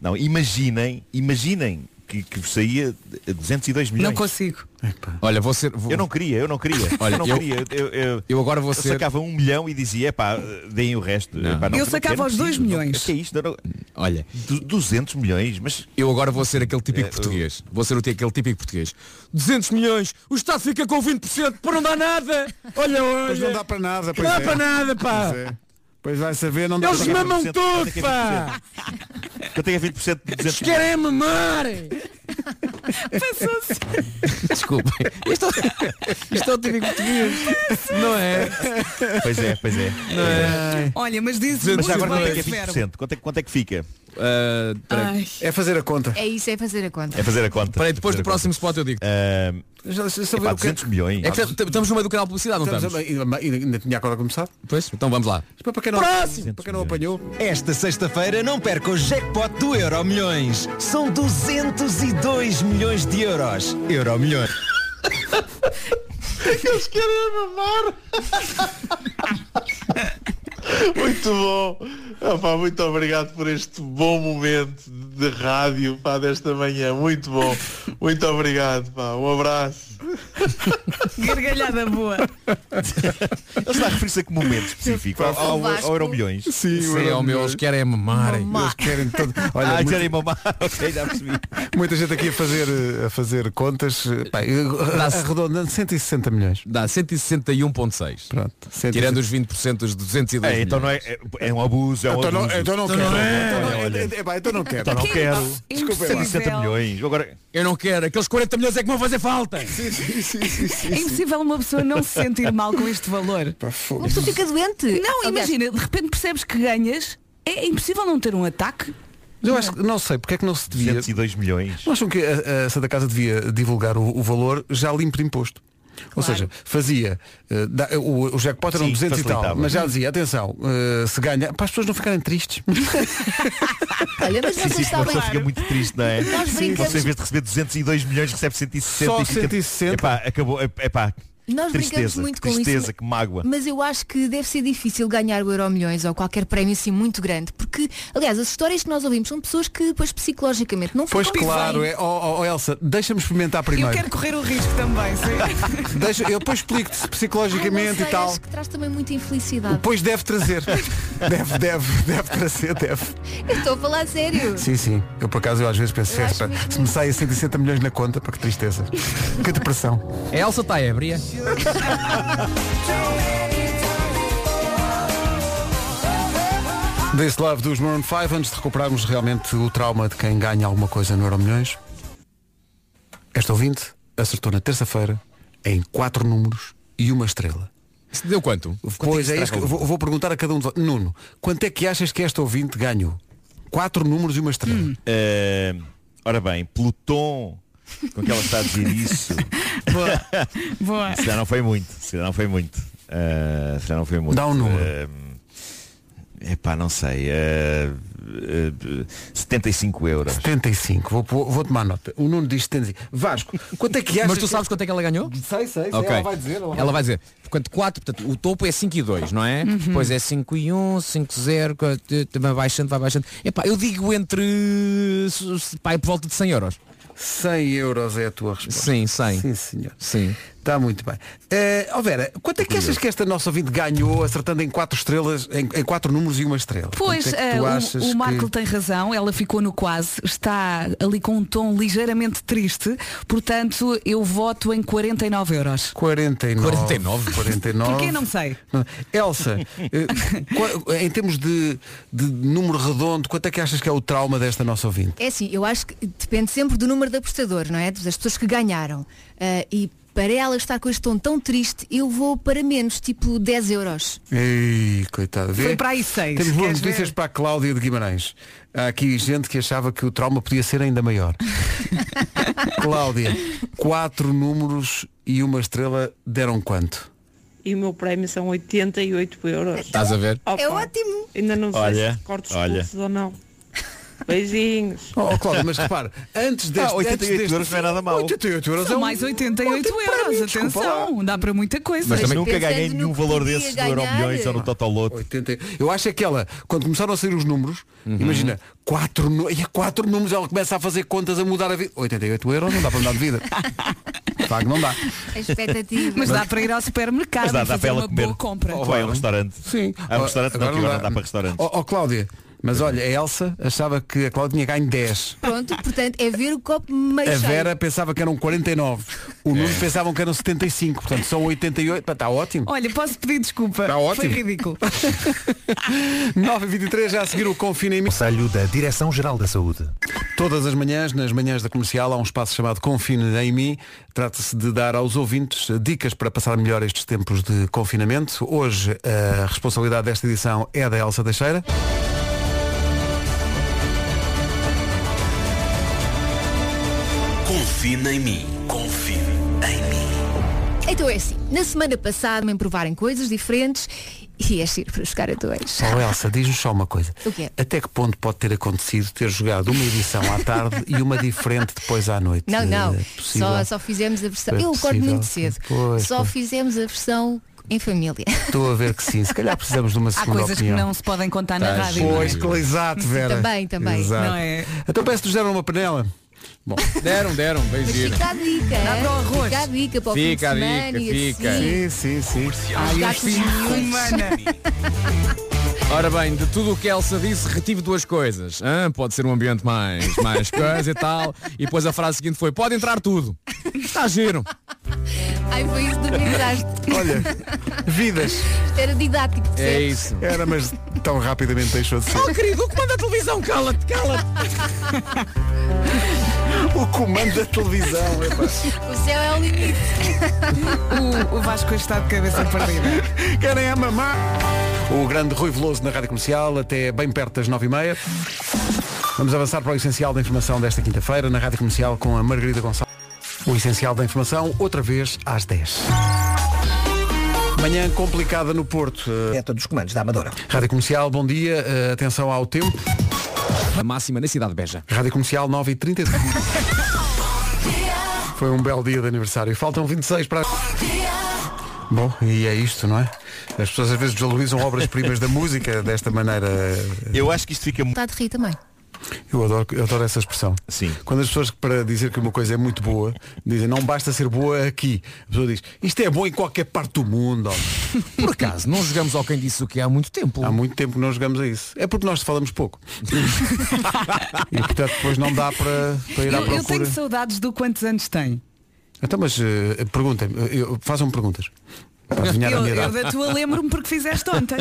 Não, imaginem, imaginem que, que vos saía 202 não milhões. consigo. tá. Olha, vou ser. vou- eu não queria, eu não queria. Olha, eu não eu- queria. Eu, eu- eu agora vou eu ser- sacava um milhão e dizia, epá, deem o resto. Epá, não, Eu não sacava quero, os não dois preciso, milhões. não- que é isto? Não, não- Olha, du- 200 milhões, mas eu agora vou ser aquele É, típico português. Vou ser o ti- aquele típico português. 200 milhões, o Estado fica com 20% para não dar nada. Olha, olha. Pois não dá para nada, Não pois dá é. para nada, pá. Pois é. Pois vai saber, não dá Eles para nada. mamam 20%, tudo, quanto é que é pá. eu tenho 20% de 200 Eles querem mamar. Passou-se. Desculpem. Isto, isto é o típico português. Não é? Pois é, pois é. Olha, mas diz Mas muito já agora quanto é bem, que é Vero. 20%? Quanto é, quanto é que fica? Ah, peraí. Ai. É fazer a conta. É isso, é fazer a conta. É fazer a conta. Peraí, depois do Fazer a conta. próximo spot eu digo. Ah, Já, já saber epá, o que é que- 200 milhões. É que t- t- estamos no meio do canal de publicidade, não Estamos estamos? a- ainda- Ainda tinha agora começado. Pois, então vamos lá. Para quem não, para quem não apanhou. Esta sexta-feira não perca o jackpot do Euro milhões. São 202 milhões de euros. Euro milhões. Muito bom. Ah, pá, muito obrigado por este bom momento de rádio pá, desta manhã. Muito bom. Muito obrigado. Pá. Um abraço. Gargalhada boa. Ele está a referir-se a que momento específico? Ao, ao, ao Euro Milhões? Sim, Sim, é o meu, eles querem mamarem. Eles querem todo... Olha, Ah, muito- querem mamar. Ok, já percebi. Muita gente aqui a fazer, eh, a fazer contas. eh, Pá, eu- Dá-se- arredondando 160 milhões. Dá 161.6. Pronto. Tirando os 20% dos 202 É, então não é, é, é um abuso, é um Então não, abuso. então não quero. Então não- Olha, olha. é- é pá, então não quero. Então não quero. Desculpa, 60 milhões. Agora, Eu não quero. Aqueles 40 milhões é que me vão fazer falta. É impossível uma pessoa não se sentir mal com este valor. É, Uma pessoa fica doente. Não, Aliás, imagina, de repente percebes que ganhas, é impossível não ter um ataque. Eu acho que não sei porque é que não se devia. 102 milhões. Não acham que a, a Santa Casa devia divulgar o, o valor já limpo de imposto? Ou seja, fazia, eh, dá- o, o jackpot era um Sim, 200 e tal, facilitava. mas já dizia, atenção, eh, se ganha, para as pessoas não ficarem tristes. Olha, mas Sim, vocês sim, uma sabem. pessoa fica muito triste, não é? Nós brincamos- Você em vez de receber 202 milhões recebe 160 Só e fica... 160. Epá, acabou. Epá, Nós brincamos tristeza, muito com isso, tristeza, mas- que mágoa. Mas eu acho que deve ser difícil ganhar o Euro Milhões ou qualquer prémio assim muito grande, porque, aliás, as histórias que nós ouvimos são pessoas que depois psicologicamente não Ah, Pois ficam claro, bem. é, oh, oh, Elsa, deixa-me experimentar Eu primeiro. quero correr o risco também, sim. Deixa, eu depois explico-te Ah, não psicologicamente sei, e tal. Acho que traz também muita infelicidade. Depois deve trazer. deve, deve, deve trazer, deve. é Eu estou a falar sério. Sim, sim. Eu por acaso eu às vezes penso, Eu acho "Epá, mesmo- se me saem 160 milhões na conta, para que tristeza. que depressão. A Elsa está ébria. This Love dos Maroon 5, antes de recuperarmos realmente o trauma de quem ganha alguma coisa no Euromilhões. Esta ouvinte acertou na terça-feira em quatro números e uma estrela. Isso deu quanto? Pois é isso que eu vou... vou, vou perguntar a cada um de vocês. Nuno, quanto é que achas que esta ouvinte ganhou? Quatro números e uma estrela. Hum. Eh, ora bem, pelo tom com que ela está a dizer isso, Boa. se calhar não foi muito. Se calhar não foi muito. Eh, se calhar não foi muito. Dá um número. Eh, epá, não sei. eh, eh, 75 euros. 75. Vou, vou, vou tomar nota. O Nuno diz 75. Vasco, quanto é que achas? Mas tu sabes quanto é que ela ganhou? que... Sei, sei, sei. Ok. Ela vai dizer. Ela vai dizer, portanto, 4, portanto, o topo é 5 e 2, não é? Depois é 5 e 1, 5 e 0, vai baixando, vai baixando. Epá, eu digo entre, se- se- pá, é por volta de 100 euros. 100 euros é a tua resposta. Sim, 100. Sim, senhor. Sim. Está muito bem. Eh, ó Vera, quanto é que achas que esta nossa ouvinte ganhou acertando em quatro estrelas, em, em quatro números e uma estrela? Pois, Quanto é que tu eh, o- achas o, que- Marco tem razão, ela ficou no quase, está ali com um tom ligeiramente triste, portanto eu voto em 49 euros. 49. 49? 49. Porquê não sei? Elsa, eh, qua- em termos de, de número redondo, quanto é que achas que é o trauma desta nossa ouvinte? É assim, eu acho que depende sempre do número de apostadores, não é? Das pessoas que ganharam. Ah, e para ela estar com este tom tão triste, eu vou para menos, tipo 10 euros. Ei, coitada. Vê? Foi para aí seis, Temos boas queres notícias ver? para a Cláudia de Guimarães. Há aqui gente que achava que o trauma podia ser ainda maior. Cláudia, quatro números e uma estrela deram quanto? E o meu prémio são 88 euros. Tá. Estás a ver? Opa, É ótimo! Ainda não sei Olha, se corto os olha. pulsos ou não. Beijinhos. Oh, Cláudio, mas repara, antes deste... Ah, 88 antes deste- euros não é nada mau. 88 euros é São um- mais 88 Ótimo, euros, parabéns, desculpa lá. atenção, dá para muita coisa. Mas Mas também nunca pensando ganhei no nenhum que valor podia desses no Euro ganhar. Milhões ou no Totoloto. 80. Eu acho é que ela, quando começaram a sair os números, imagina, quatro, nu- e é quatro números, ela começa a fazer contas a mudar a vida. 88 euros não dá para mudar de vida. Claro que não dá. A É expectativa. Mas dá para ir ao supermercado Mas e dá, dá fazer para ela uma comer. boa compra. Ou vai a um restaurante. Sim. Há um restaurante, não, que agora não dá para restaurante. Ó ó, Cláudia, mas olha, a Elsa achava que a Cláudia tinha ganho 10. Pronto, portanto, é ver o copo meio A cheio. Vera pensava que eram 49. O É. Nuno pensavam que eram 75. Portanto, são 88. Pá, Está ótimo. Olha, posso pedir desculpa. Está Tá ótimo. Foi ridículo. 9h23 já a seguir o confinamento. Conselho da Direção-Geral da Saúde. Todas as manhãs, nas manhãs da comercial, há um espaço chamado Confine em mim. Trata-se de dar aos ouvintes dicas para passar melhor estes tempos de confinamento. Hoje, a responsabilidade desta edição é da Elsa Teixeira. Confina em mim. Confie em mim. Então é assim, na semana passada me provarem coisas diferentes e é ir para buscar a dois. Oh, Elsa, diz-nos só uma coisa. O quê? Até que ponto pode ter acontecido ter jogado uma edição à tarde e uma diferente depois à noite? Não, não, É possível? só, só fizemos a versão. É eu acordo possível. muito cedo. Pois, só pois. fizemos a versão em família. Estou a ver que sim. Se calhar precisamos de uma Há segunda coisas que opinião. não se podem contar na Tá rádio. é? Pois, que exato, Vera. Também, também. Ah, Exato. Não é? Então peço-te gerar uma panela. Bom. Deram, deram, bem Mas giro. fica a dica, Dá é? para o arroz. Fica a dica para o fim de Fica a semana dica, e fica. assim. Sim, sim. Aos Ai, gatos os filhos. miúdos. Ora bem, de tudo o que a Elsa disse, retive duas coisas. Hã? pode ser um ambiente mais, mais coisa e tal. E depois a frase seguinte foi, pode entrar tudo. Está giro. Ai, foi isso que tu pensaste. Olha, vidas. Isto era didático, É percebes? isso. Era, mas tão rapidamente deixou de ser. Oh querido, o que manda a televisão, cala-te, cala-te. O comando da televisão, epá. O céu é o limite. O, o Vasco está de cabeça perdida. Querem a mamar? O grande Rui Veloso na Rádio Comercial, até bem perto das 9h30. Vamos avançar para o essencial da informação desta quinta-feira na Rádio Comercial com a Margarida Gonçalves. O essencial da informação, outra vez às 10. Manhã complicada no Porto. É todos os comandos da Amadora. Rádio Comercial, bom dia. Eh, atenção ao tempo. A máxima na cidade de Beja. Rádio Comercial 9h30. Foi um belo dia de aniversário. Faltam 26 para. Bom, e é isto, não é? As pessoas às vezes valorizam obras-primas da música desta maneira. Eu acho que isto fica muito. Está de rir também. Eu adoro, eu adoro essa expressão. Sim. Quando as pessoas, para dizer que uma coisa é muito boa, dizem não basta ser boa aqui. A pessoa diz isto é bom em qualquer parte do mundo. homem." Por acaso, não jogamos ao quem disse o que há muito tempo. Há muito tempo que não jogamos a isso. É porque nós falamos pouco. e portanto depois não dá para, para ir à Eu, procura. eu tenho saudades do quantos anos tem. Então, mas eh, perguntem-me, eh, eu- façam-me perguntas. Para adivinhar a Eu, minha eu idade. da tua lembro-me porque fizeste ontem.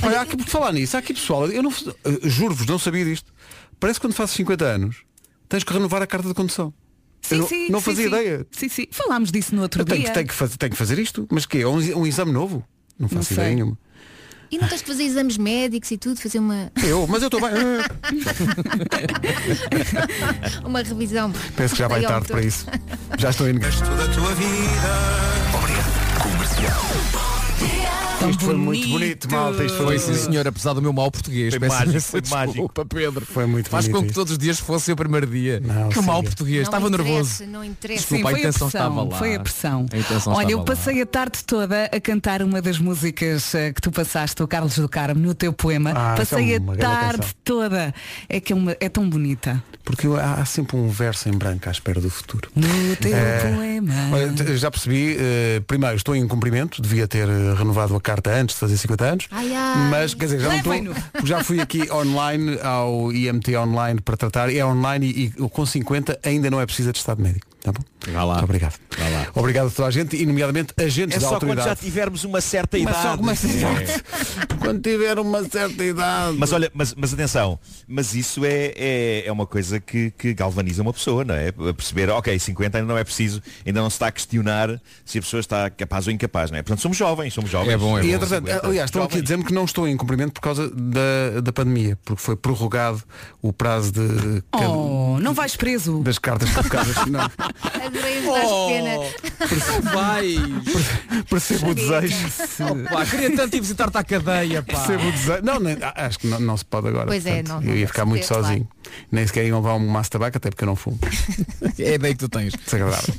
Olha, há aqui por falar nisso, há aqui pessoal, eu não eh, juro-vos, não sabia disto. Parece que quando fazes 50 anos, tens que renovar a carta de condução. Sim, Eu não, sim, não sim, fazia sim. ideia. Sim, sim. Falámos disso no outro Eu tenho, dia. que, tenho, que fazer, tenho que fazer isto? Mas que é um, ex- um exame novo? Não faço sei. ideia nenhuma. E não tens que fazer exames médicos e tudo, fazer uma, Eu, mas eu estou bem. uma revisão. Penso que já vai Aí ao tarde motor. para isso. Já estou indo. Isto foi muito bonito, malta. Isto foi, Foi muito sim bonito. senhor, apesar do meu mau português. Foi Peço mágico, imensa foi mágico. desculpa, Pedro. Foi muito Faz bonito com que isto. todos os dias fosse o primeiro dia. Não, que sim. mau português. Não Estava nervoso. interessa, Não interessa. Desculpa, a foi a intenção pressão, estava lá. foi a pressão. A intenção Olha, eu estava lá. passei a tarde toda a cantar uma das músicas eh, que tu passaste, o Carlos do Carmo, no teu poema. Ah, essa passei é a uma grande tarde canção. toda. É que é, uma- é tão bonita. Porque há, há sempre um verso em branco à espera do futuro. No teu É. poema. Olha, t- já percebi, eh, primeiro estou em cumprimento, devia ter eh, renovado a carta antes de fazer 50 anos, Ai, ai. mas quer dizer, já não estou, Levem-no. porque já fui aqui online ao IMT online para tratar, é online e, e com 50 ainda não é preciso de estado médico, tá bom? Vá lá. Muito obrigado. Vá lá. Obrigado a toda a gente e nomeadamente agentes É da só quando autoridade. já tivermos uma certa Mas idade. só uma certa- É. Quando tiver uma certa idade. Mas olha, mas, mas atenção, mas isso é, é, é uma coisa que, que galvaniza uma pessoa, não é? A perceber, ok, 50 ainda não é preciso, ainda não se está a questionar se a pessoa está capaz ou incapaz, não é? Portanto, somos jovens, somos jovens. É bom, é E bom. entretanto, 50, aliás, estão aqui a jovens. dizer-me que não estou em cumprimento por causa da, da pandemia, porque foi prorrogado o prazo de, de cada- Oh, não vais preso. das cartas colocadas. Não. Adorei ajudar oh. pena. Não vai. Percebo o desejo. Pá, queria tanto ir visitar-te à cadeia, pá. Percebo o desejo. Não, nem- ah, acho que não, não se pode agora. Pois é, portanto, não- não eu ia deve ficar se muito poder, sozinho. Nem sequer iam levar um maço de tabaco, até porque eu não fumo. É a ideia que tu tens. Desagradável.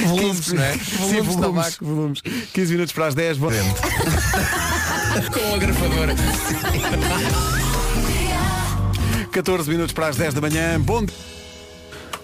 Volumes, não é? Sim, de volumes, tabaco. volumes. 15 minutos para as 10. Bom... Com a gravadora. 14 minutos para as 10 da manhã. Bom dia.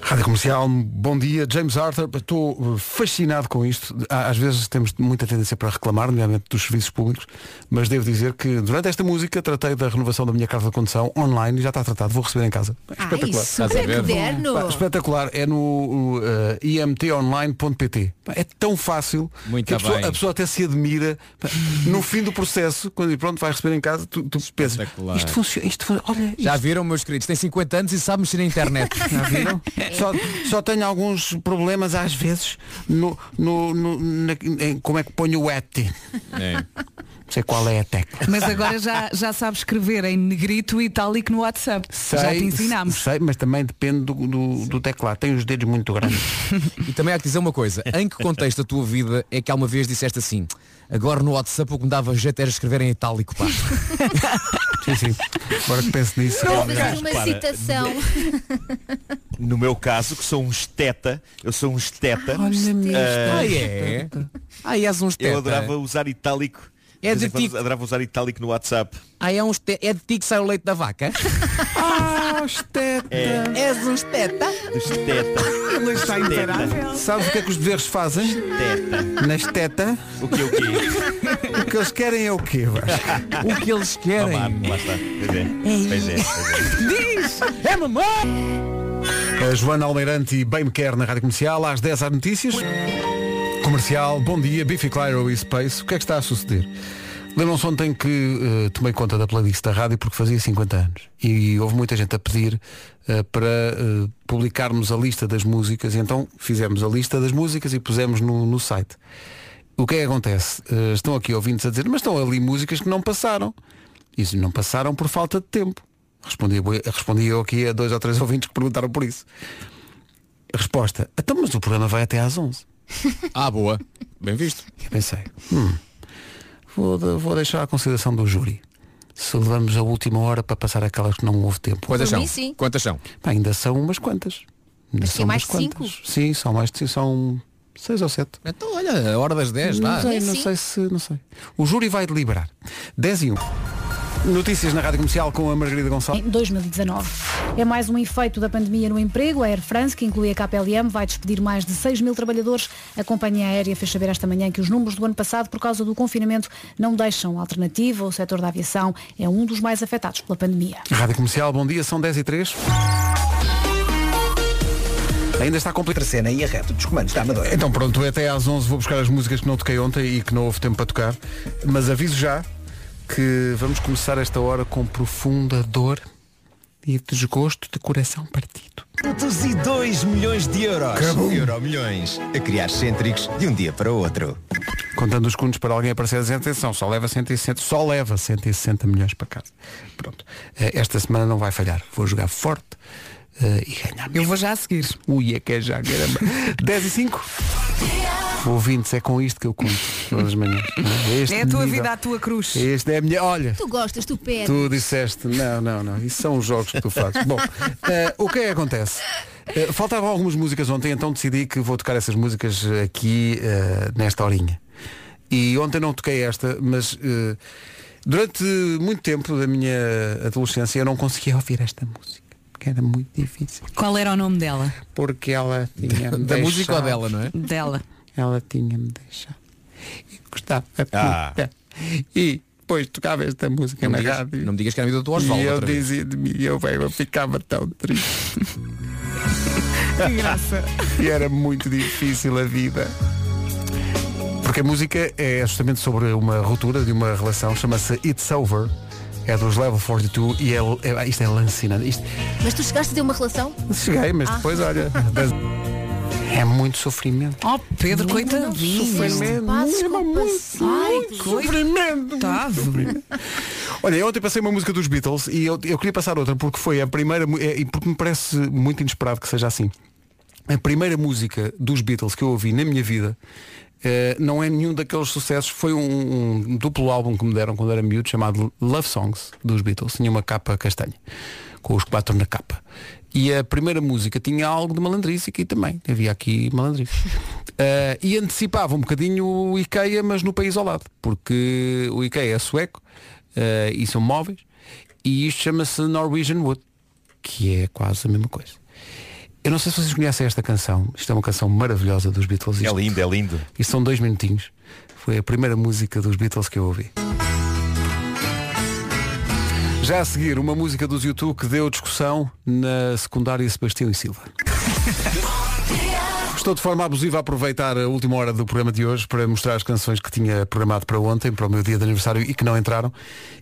Rádio Comercial, bom dia. James Arthur, estou eh, fascinado com isto. Há- Às vezes temos muita tendência para reclamar, nomeadamente dos serviços públicos, mas devo dizer que durante esta música tratei da renovação da minha carta de condução online e já está tratado, vou receber em casa. É Ai, Estás a super ver? moderno. Pá, espetacular, é no eh, imtonline.pt. Pá, É tão fácil Muito que a pessoa, bem. a pessoa até se admira. Pá, No fim do processo, quando diz, pronto, vai receber em casa, tu, tu pensas, Espetacular. isto funciona, isto funciona, olha, isto Já viram, meus queridos? Tem 50 anos e sabe mexer na internet. Já viram? só, só tenho alguns problemas às vezes no, no, no- na- em como é que ponho o ET. Não sei qual é a técnica. Mas agora já, já sabes escrever em negrito e tal e que no WhatsApp. já te ensinámos. Sei, mas também depende do, do, do teclado. Tenho os dedos muito grandes. E também há que dizer uma coisa, em que contexto da tua vida é que alguma vez disseste assim, agora no WhatsApp o que me dava jeito era escrever em itálico, pá. sim, sim. Agora que penso nisso. Vou fazer uma Para. citação. No meu caso, que sou um esteta, eu sou um esteta, Olha-me isto. Ah é? Ah, e és uns teta. eu adorava usar itálico É de de quando tipo- ti- adorava usar itálico no WhatsApp. Aí é, um este- é de ti que sai o leite da vaca? ah, esteta. É. És um esteta? Esteta. Ele está imparável. Sabes o que é que os bezerros fazem? Teta. Nas teta? O que o quê? O que eles querem é o quê? Vasco? O que eles é. querem? Lá está. Pois é. Pois é. Diz! É mamãe! A Joana Almeirante e Bem Me Quer na Rádio Comercial, às 10 às notícias. Comercial, bom dia, Biffy Clyro e Space. O que é que está a suceder? Lembram-se ontem que eh, tomei conta da playlist da rádio porque fazia 50 anos. E houve muita gente a pedir eh, para eh, publicarmos a lista das músicas. E então fizemos a lista das músicas e pusemos no, no site. O que é que acontece? Eh, estão aqui ouvintes a dizer, mas estão ali músicas que não passaram. Isso não passaram por falta de tempo. Respondi, respondi eu aqui a dois ou três ouvintes que perguntaram por isso. Resposta, então mas o programa vai até às 11. Ah, boa. Bem visto. Eu pensei, hum, vou, de- vou deixar à consideração do júri. Se levamos a última hora para passar aquelas que não houve tempo. Quantas Por mim, são? sim. Quantas são? Pá, ainda são umas quantas. Ainda Mas que é são mais umas de cinco? quantas. Sim, são mais de são seis ou sete. Então olha, a hora das 10, não vá. sei, não sei se. Não sei. O júri vai deliberar. 10 e 1. Notícias na Rádio Comercial com a Margarida Gonçalves. Em 2019. É mais um efeito da pandemia no emprego. A Air France, que inclui a KPLM, vai despedir mais de 6 mil trabalhadores. A companhia aérea fez saber esta manhã que os números do ano passado, por causa do confinamento, não deixam alternativa. O setor da aviação é um dos mais afetados pela pandemia. Rádio Comercial, bom dia, são 10 e 3. Ainda está complicada a cena e a reta dos comandos da Amadora. Então pronto, até às 11 vou buscar as músicas que não toquei ontem e que não houve tempo para tocar. Mas aviso já que vamos começar esta hora com profunda dor e desgosto de coração partido. 202 milhões de euros. Cabum. Euro milhões. A criar cêntricos de um dia para o outro. Contando os cunhos para alguém aparecer a dizer, atenção, só leva 160, só leva 160 milhões para casa. Pronto. Eh, Esta semana não vai falhar. Vou jogar forte eh, e ganhar. Eu vou já a seguir. Ui, é que é já, caramba. 10 e 5. Ouvintes, é com isto que eu conto todas as manhãs. Este É a tua nível- vida, a tua cruz. Este é a minha. Olha, Tu gostas, tu pedes. Tu disseste, não, não, não, isso são os jogos que tu fazes. Bom, eh, o que é que acontece? Eh, faltavam algumas músicas ontem, então decidi que vou tocar essas músicas aqui eh, nesta horinha. E ontem não toquei esta, mas eh, durante muito tempo da minha adolescência eu não conseguia ouvir esta música, porque era muito difícil. Qual era o nome dela? Porque ela tinha Da música ou dela, não é? Dela. Ela tinha-me deixado. E gostava Ah. muito. E depois tocava esta música Não me na digas- rádio. não me digas que era a vida do Osvaldo E eu outra vez. dizia de mim, eu, bem, eu ficava tão triste. Que graça. e era muito difícil a vida. Porque a música é justamente sobre uma ruptura de uma relação, chama-se It's Over. É dos Level 42 e é, é- isto é lancinante. Isto, Mas tu chegaste a ter uma relação? cheguei, mas Ah. depois, olha. das- É muito sofrimento. Oh, Pedro, coitadinho. Sofrimento. Ai, sofrimento. Tá. Olha, eu ontem passei uma música dos Beatles e eu, eu queria passar outra porque foi a primeira mu- é, e porque me parece muito inesperado que seja assim. A primeira música dos Beatles que eu ouvi na minha vida eh, não é nenhum daqueles sucessos, foi um, um duplo álbum que me deram quando era miúdo chamado Love Songs dos Beatles, tinha uma capa castanha, com os quatro na capa. E a primeira música tinha algo de malandrice aqui também, havia aqui malandrice. Eh, e antecipava um bocadinho o IKEA, mas no país ao lado, porque o IKEA é sueco eh, e são móveis, e isto chama-se Norwegian Wood, que é quase a mesma coisa. Eu não sei se vocês conhecem esta canção. Isto é uma canção maravilhosa dos Beatles. Isto, É lindo, é lindo. isto são dois minutinhos. Foi a primeira música dos Beatles que eu ouvi. Já a seguir, uma música dos YouTube que deu discussão na secundária Sebastião e Silva. Estou de forma abusiva a aproveitar a última hora do programa de hoje para mostrar as canções que tinha programado para ontem, para o meu dia de aniversário e que não entraram.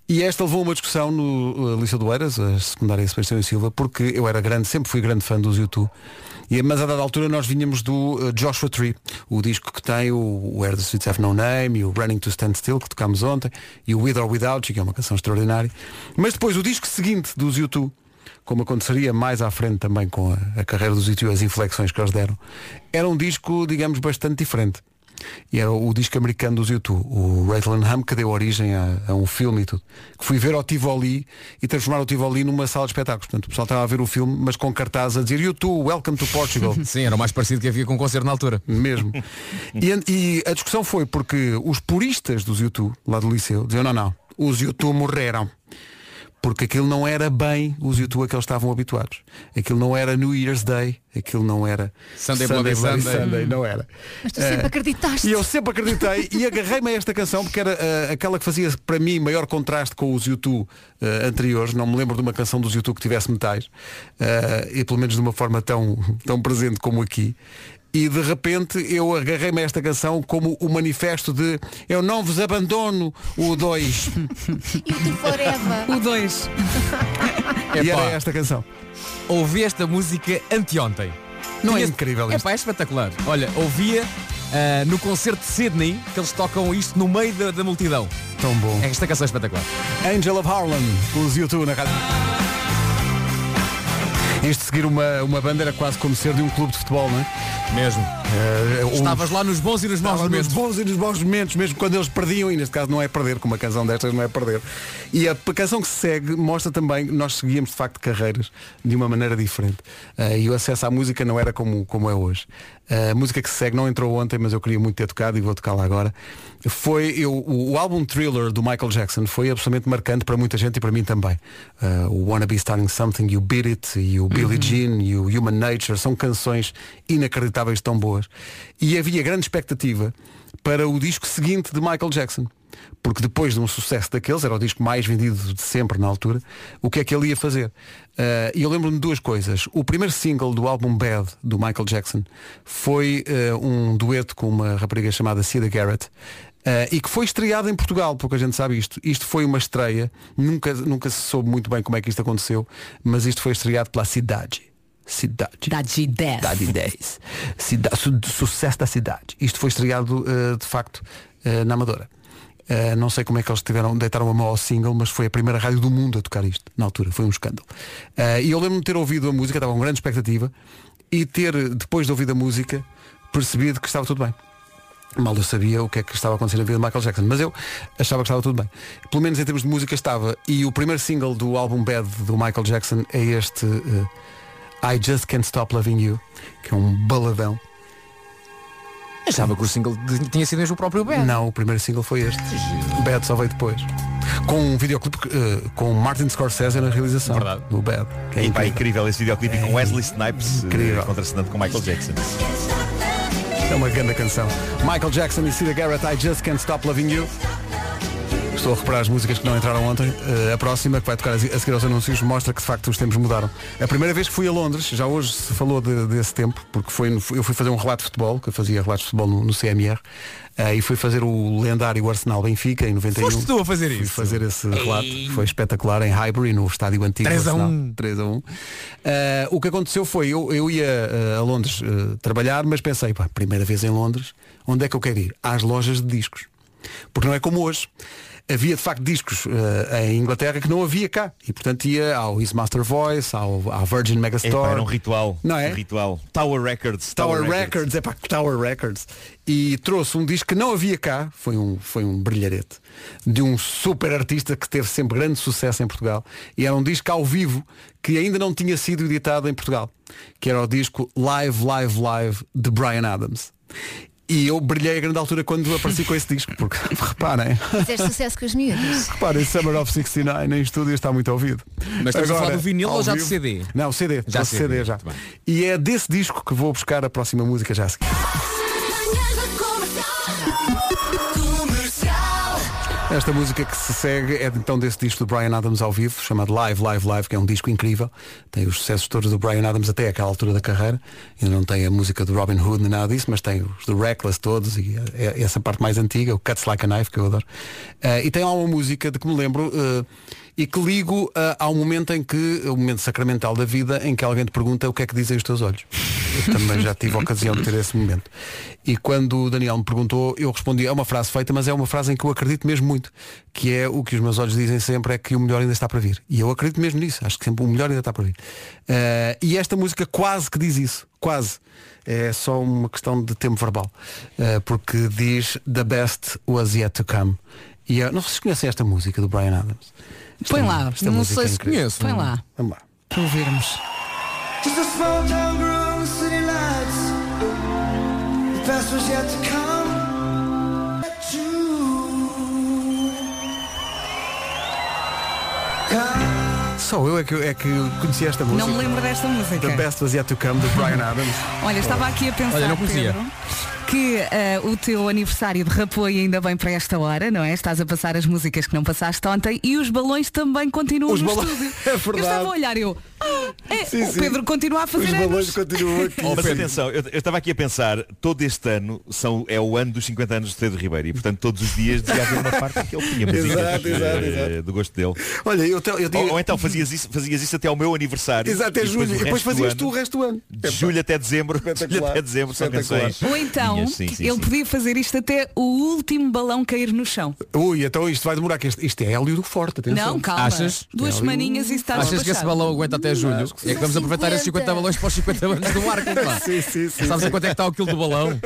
E esta levou a uma discussão no eh, Liceu do Eiras, a secundária Sebastião e Silva, porque eu era grande, sempre fui grande fã dos YouTube. E, mas a dada altura nós vinhamos do eh, Joshua Tree, o disco que tem o, o Where the Streets Have No Name e o Running to Stand Still, que tocámos ontem, e o With or Without You, que é uma canção extraordinária. Mas depois o disco seguinte dos YouTube como aconteceria mais à frente também com a, a carreira dos YouTube, as inflexões que eles deram, era um disco, digamos, bastante diferente. E era o disco americano dos YouTube, o Raylan Hum, que deu origem a, a um filme e tudo. Que fui ver ao Tivoli e transformar o Tivoli numa sala de espetáculos. Portanto, o pessoal estava a ver o filme, mas com cartaz a dizer YouTube, Welcome to Portugal. Sim, era o mais parecido que havia com o concerto na altura. Mesmo. E, an- e a discussão foi porque os puristas dos YouTube, lá do liceu, diziam, não, não, os YouTube morreram. Porque aquilo não era bem os YouTube a que eles estavam habituados. Aquilo não era New Year's Day, aquilo não era Sunday, Bloody Sunday. Hum. não era. Mas tu Eh, sempre acreditaste. e eu sempre acreditei e agarrei-me a esta canção porque era eh, aquela que fazia para mim maior contraste com os YouTube eh, anteriores. Não me lembro de uma canção dos YouTube que tivesse metais. eh, e pelo menos de uma forma tão, tão presente como aqui. E de repente eu agarrei-me a esta canção como o manifesto de Eu não vos abandono o 2. Forever. O 2. e era esta canção. Ouvi esta música anteontem. Não é incrível isto? É pá, é espetacular. Olha, ouvia ah, no concerto de Sydney que eles tocam isto no meio da, da multidão. Tão bom. Esta canção é espetacular. Angel of Harlem, os YouTube na rádio. Isto seguir uma, uma banda era quase como ser de um clube de futebol, não é? Mesmo. Estavas lá nos bons e nos maus momentos. Nos Eh, bons e nos maus momentos, mesmo quando eles perdiam, e neste caso não é perder, com uma canção destas não é perder. E a p- canção que se segue mostra também que nós seguíamos de facto carreiras de uma maneira diferente. Eh, e o acesso à música não era como, como é hoje. Eh, a música que se segue não entrou ontem, mas eu queria muito ter tocado e vou tocá-la agora. Foi eu, o, o álbum Thriller do Michael Jackson foi absolutamente marcante para muita gente e para mim também. Eh, o Wanna Be Starting Something, You Beat It, e o Billie Jean, e o Human Nature, são canções inacreditáveis tão boas. E havia grande expectativa para o disco seguinte de Michael Jackson. Porque depois de um sucesso daqueles, era o disco mais vendido de sempre na altura, o que é que ele ia fazer? Ah, E eu lembro-me de duas coisas. O primeiro single do álbum Bad, do Michael Jackson, foi ah, um dueto com uma rapariga chamada Cida Garrett. ah, e que foi estreado em Portugal, pouca gente sabe isto. Isto foi uma estreia, nunca, nunca se soube muito bem como é que isto aconteceu, mas isto foi estreado pela cidade. Cidade. Cidade 10. Cidade 10. Cida- su- sucesso da cidade. Isto foi estreado, eh, de facto, eh, na Amadora. Eh, não sei como é que eles tiveram, deitaram a mão ao single, mas foi a primeira rádio do mundo a tocar isto, na altura. Foi um escândalo. Eh, e eu lembro-me de ter ouvido a música, estava com grande expectativa, e ter, depois de ouvir a música, percebido que estava tudo bem. Mal eu sabia o que é que estava acontecendo na vida de Michael Jackson, mas eu achava que estava tudo bem. Pelo menos em termos de música estava. E o primeiro single do álbum Bad do Michael Jackson é este eh, I Just Can't Stop Loving You, que é um baladão. Achava que o single de- tinha sido mesmo o próprio Ben. Não, o primeiro single foi este. Bad só veio depois. Com um videoclipe eh, com Martin Scorsese na realização do Bad. É incrível. incrível esse videoclipe com Wesley Snipes eh, contracenando com Michael Jackson. É uma grande canção. Michael Jackson e Cida Garrett, I Just Can't Stop Loving You. Estou a reparar as músicas que não entraram ontem. Eh, a próxima, que vai tocar a se- a seguir aos anúncios, mostra que de facto os tempos mudaram. A primeira vez que fui a Londres, já hoje se falou de- desse tempo, porque foi, no- eu fui fazer um relato de futebol, que eu fazia relatos de futebol no, no CMR, eh, e fui fazer o lendário Arsenal Benfica em 91. Foste tu a fazer Fui isso? fazer esse relato. Foi espetacular em Highbury, no estádio antigo. 3 a Arsenal. 1. 3 a 1. Ah, o que aconteceu foi, eu, eu ia ah, a Londres ah, trabalhar, mas pensei, pá, primeira vez em Londres, onde é que eu quero ir? Às lojas de discos. Porque não é como hoje. Havia de facto discos ah, em Inglaterra que não havia cá. E portanto ia ao Eastmaster Voice, ao, à Virgin Megastore. Epá, era um ritual. Não é? Um ritual. Tower Records. Tower Records, é para Tower Records. E trouxe um disco que não havia cá, foi um, foi um brilharete, de um super artista que teve sempre grande sucesso em Portugal. E era um disco ao vivo que ainda não tinha sido editado em Portugal, que era o disco Live, Live, Live de Brian Adams. E eu brilhei a grande altura quando apareci com esse disco, porque reparem, Fizeste sucesso com as miúdas. reparem, Summer of 69 em estúdio está muito ouvido. Mas estamos a falar do vinil ao ou já do vivo- CD? Não, CD, Já já CD, CD, já. muito bem. E é desse disco que vou buscar a próxima música já a seguir. Esta música que se segue é então desse disco do Brian Adams ao vivo, chamado Live, Live, Live, que é um disco incrível. Tem os sucessos todos do Brian Adams até aquela altura da carreira. Ainda não tem a música do Robin Hood nem nada disso, mas tem os do Reckless todos e eh, essa parte mais antiga, o Cuts Like a Knife, que eu adoro. Eh, e tem lá uma música de que me lembro, eh, e que ligo ah, ao momento em que, o momento sacramental da vida, em que alguém te pergunta o que é que dizem os teus olhos. Eu também já tive a ocasião de ter esse momento. E quando o Daniel me perguntou, eu respondi, é uma frase feita, mas é uma frase em que eu acredito mesmo muito, que é o que os meus olhos dizem sempre é que o melhor ainda está para vir. E eu acredito mesmo nisso, acho que sempre o melhor ainda está para vir. Ah, e esta música quase que diz isso, quase. É só uma questão de tempo verbal. Ah, porque diz The best was yet to come. E eu, não sei se conhecem esta música do Brian Adams. Põe Esta- lá, esta não música sei é se incrível. conheço. Põe lá. Vamos lá. para ouvirmos. Just a small town girl in the city lights. The past was yet to come. At you. Só eu é que, é que conheci esta música. Não me lembro desta música. The Best Was Yet To Come, do Brian Adams. Olha, estava aqui a pensar, Pedro, que eh, o teu aniversário de rapoio ainda bem para esta hora, não é? Estás a passar as músicas que não passaste ontem e os balões também continuam Os no balões- estúdio. É eu verdade. estava a olhar, eu. "Ah, é, Sim, o sim. Pedro continua a fazer Os balões anos." continuam aqui. Oh, Mas atenção, eu eu estava aqui a pensar, todo este ano são, é o ano dos 50 anos de Pedro Ribeiro e portanto todos os dias devia haver uma parte em que ele tinha músicas Exato, exato, eh, exato. do gosto dele. Olha, eu, te, eu Ou, ou então fazias isso, fazias isso até ao meu aniversário. Exato, é e julho. o Oh, E depois resto do fazias ano, tu o resto do ano. De julho até dezembro. Julho até dezembro são Espetacular. canções. Ou então, minhas, sim, sim, ele sim. podia fazer isto até o último balão cair no chão. Ui, então isto vai demorar. que Isto, isto é Hélio do Forte, atenção. Não, calma. Achas? Duas Hélio- semaninhas e está Achas que esse despachado. balão aguenta até julho? Acho que É que sim. vamos aproveitar esses 50 50 balões para os 50 anos do Marco. pá. Sim, sim, sim. Sabes a quanto é que está o quilo do balão?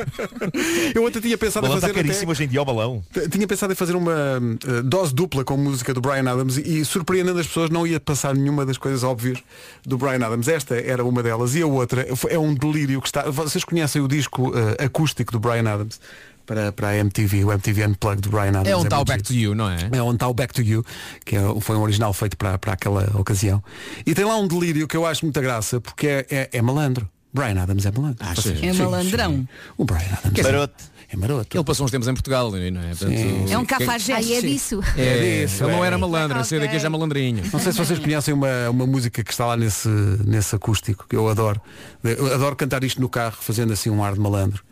Eu ontem tinha pensado O em balão fazer está caríssimo tá hoje em dia, é o balão. Tinha pensado em fazer uma hum, eh, dose dupla com música do Brian Adams e, e, surpreendendo as pessoas não ia passar nenhuma das coisas óbvias do Brian Adams. Esta era uma delas e a outra foi- é um delírio que está. Vocês conhecem o disco eh, acústico do Brian Adams para, para a MTV, o MTV Unplugged do Brian Adams. É um muito tal giro. back to you, não é? É On Tal Back to You, que é- foi um original feito para, para aquela ocasião. E tem lá um delírio que eu acho muita graça, porque é, é- é malandro. Brian Adams é malandro. Vocês- É Sim, malandrão. sim. O Brian Adams Maroto. é maroto. Ele passou uns tempos em Portugal, não é? Portanto, É um quem- cafajeste. Ai, é disso. É, É disso, ele não é. era malandro, saiu daqui já malandrinho. Não sei se vocês conhecem uma, uma música que está lá nesse, nesse acústico, que eu adoro. Eu adoro cantar isto no carro, fazendo assim um ar de malandro.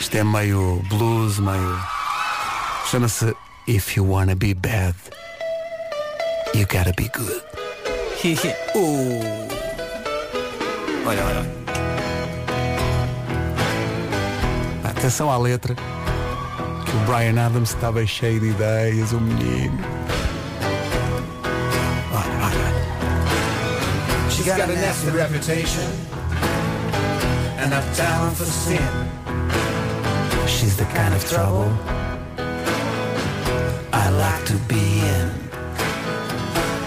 Isto é meio blues, meio. Chama-se If You Wanna Be Bad, You Gotta Be Good. Oh. Olha, olha. Atenção à letra, que o Brian Adams estava cheio de ideias, o menino. She's got a nasty reputation. And a talent for sin. She's the kind of trouble I like to be in.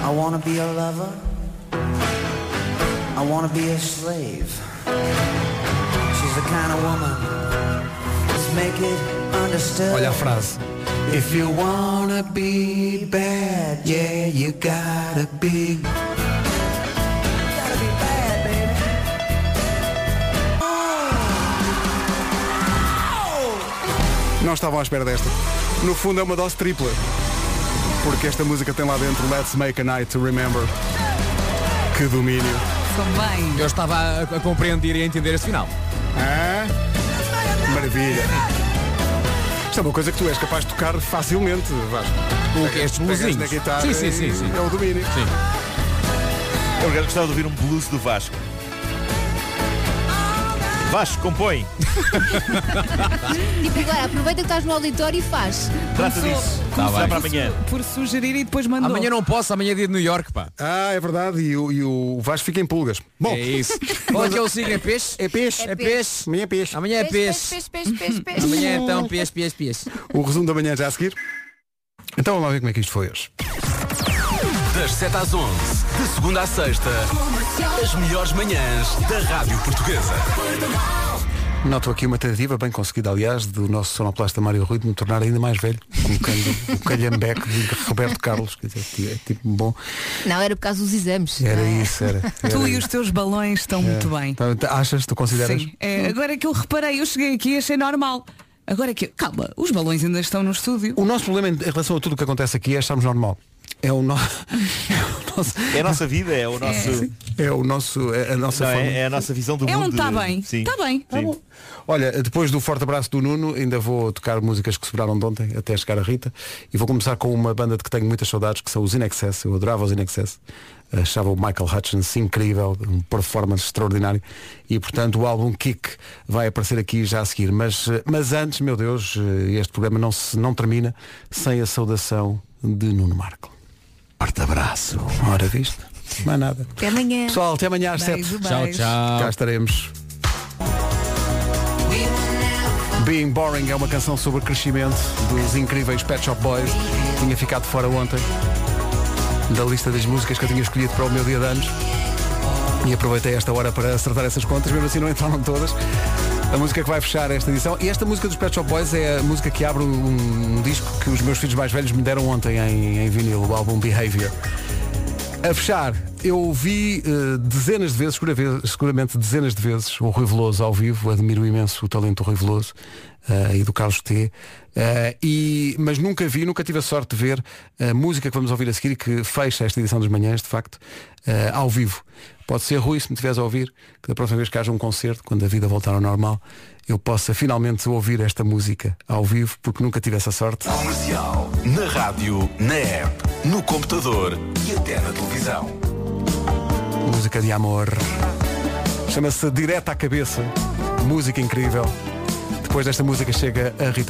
I wanna be a lover. I wanna be a slave. She's the kind of woman. Let's make it understood. Olha a frase. If you wanna be bad, yeah, you gotta be. Não estavam à espera desta. No fundo é uma dose tripla. Porque esta música tem lá dentro Let's Make a Night to Remember. Que domínio. Eu estava a, a compreender e a entender esse final. Hã? Ah, Maravilha. Isto é uma coisa que tu és capaz de tocar facilmente, Vasco. O que estes Pegaste bluesinhos. na guitarra Sim, sim, sim, sim. e É o domínio. Eu gostava de ouvir um blues do Vasco. Vasco, compõe. Tipo, agora, aproveita que estás no auditório e faz. Trata Começou- disso. Tá começou Dá para por amanhã. su- Por sugerir e depois mandou. Amanhã não posso, amanhã é dia de New York, pá. Ah, é verdade. E o, e o Vasco fica em pulgas. Bom, É isso. Qual é que é o signo? É peixe? Oh. É peixe. É peixe. Amanhã é peixe. Amanhã é peixe. Amanhã então peixe, peixe, peixe. o resumo da manhã já a seguir. Então vamos lá ver como é que isto foi hoje. Das 7 às 11, de segunda à sexta, as melhores manhãs da Rádio Portuguesa. Noto aqui uma tentativa, bem conseguida, aliás, do nosso sonoplasta Mário Rui de me tornar ainda mais velho, colocando o calhambeque de Roberto Carlos, quer dizer, é tipo bom. Não, era por causa dos exames. Era não é? isso, era. era Tu e isso. os teus balões estão É. muito bem. Tá, tá, Achas, tu consideras? Sim. É, agora é que eu reparei, eu cheguei aqui e achei normal. Agora é que. Calma, os balões ainda estão no estúdio. O nosso problema em relação a tudo o que acontece aqui é estarmos normal. É o, no... é o nosso. É a nossa vida, é o nosso. É o nosso. É a nossa Não, forma. é, é a nossa visão do É mundo. um tá bem. Sim. Tá bem. Sim. Olha, depois do forte abraço do Nuno, ainda vou tocar músicas que sobraram de ontem, até chegar a Rita. E vou começar com uma banda de que tenho muitas saudades, que são os In Excess. Eu adorava os In Excess. Achava o Michael Hutchins incrível, um performance extraordinário. E, portanto, o álbum Kick vai aparecer aqui já a seguir. Mas, eh, mas antes, meu Deus, eh, este programa não, se, não termina sem a saudação de Nuno Marco. Forte abraço. Ora, viste? Mais nada. Até amanhã. Pessoal, até amanhã às Beijo, beijo. 7. Tchau, tchau. Cá estaremos. Being Boring é uma canção sobre crescimento dos incríveis Pet Shop Boys. Tinha ficado fora ontem da lista das músicas que eu tinha escolhido para o meu dia de anos. E aproveitei esta hora para acertar essas contas, mesmo assim não entraram todas. A música que vai fechar esta edição. E esta música dos Pet Shop Boys é a música que abre um, um disco que os meus filhos mais velhos me deram ontem em, em vinil, o álbum Behavior. A fechar, eu ouvi eh, dezenas de vezes, segura vez- seguramente dezenas de vezes, o Rui Veloso ao vivo, admiro imenso o talento do Rui Veloso eh, e do Carlos T. eh, e, mas nunca vi, nunca tive a sorte de ver a música que vamos ouvir a seguir, que fecha esta edição das manhãs, de facto, eh, ao vivo. Pode ser Rui, se me tiveres a ouvir, que da próxima vez que haja um concerto, quando a vida voltar ao normal, eu possa finalmente ouvir esta música ao vivo, porque nunca tive essa sorte. Comercial. Na rádio, na app, no computador e até na televisão. Música de amor. Chama-se Direto à Cabeça. Música incrível. Depois desta música chega a Rita.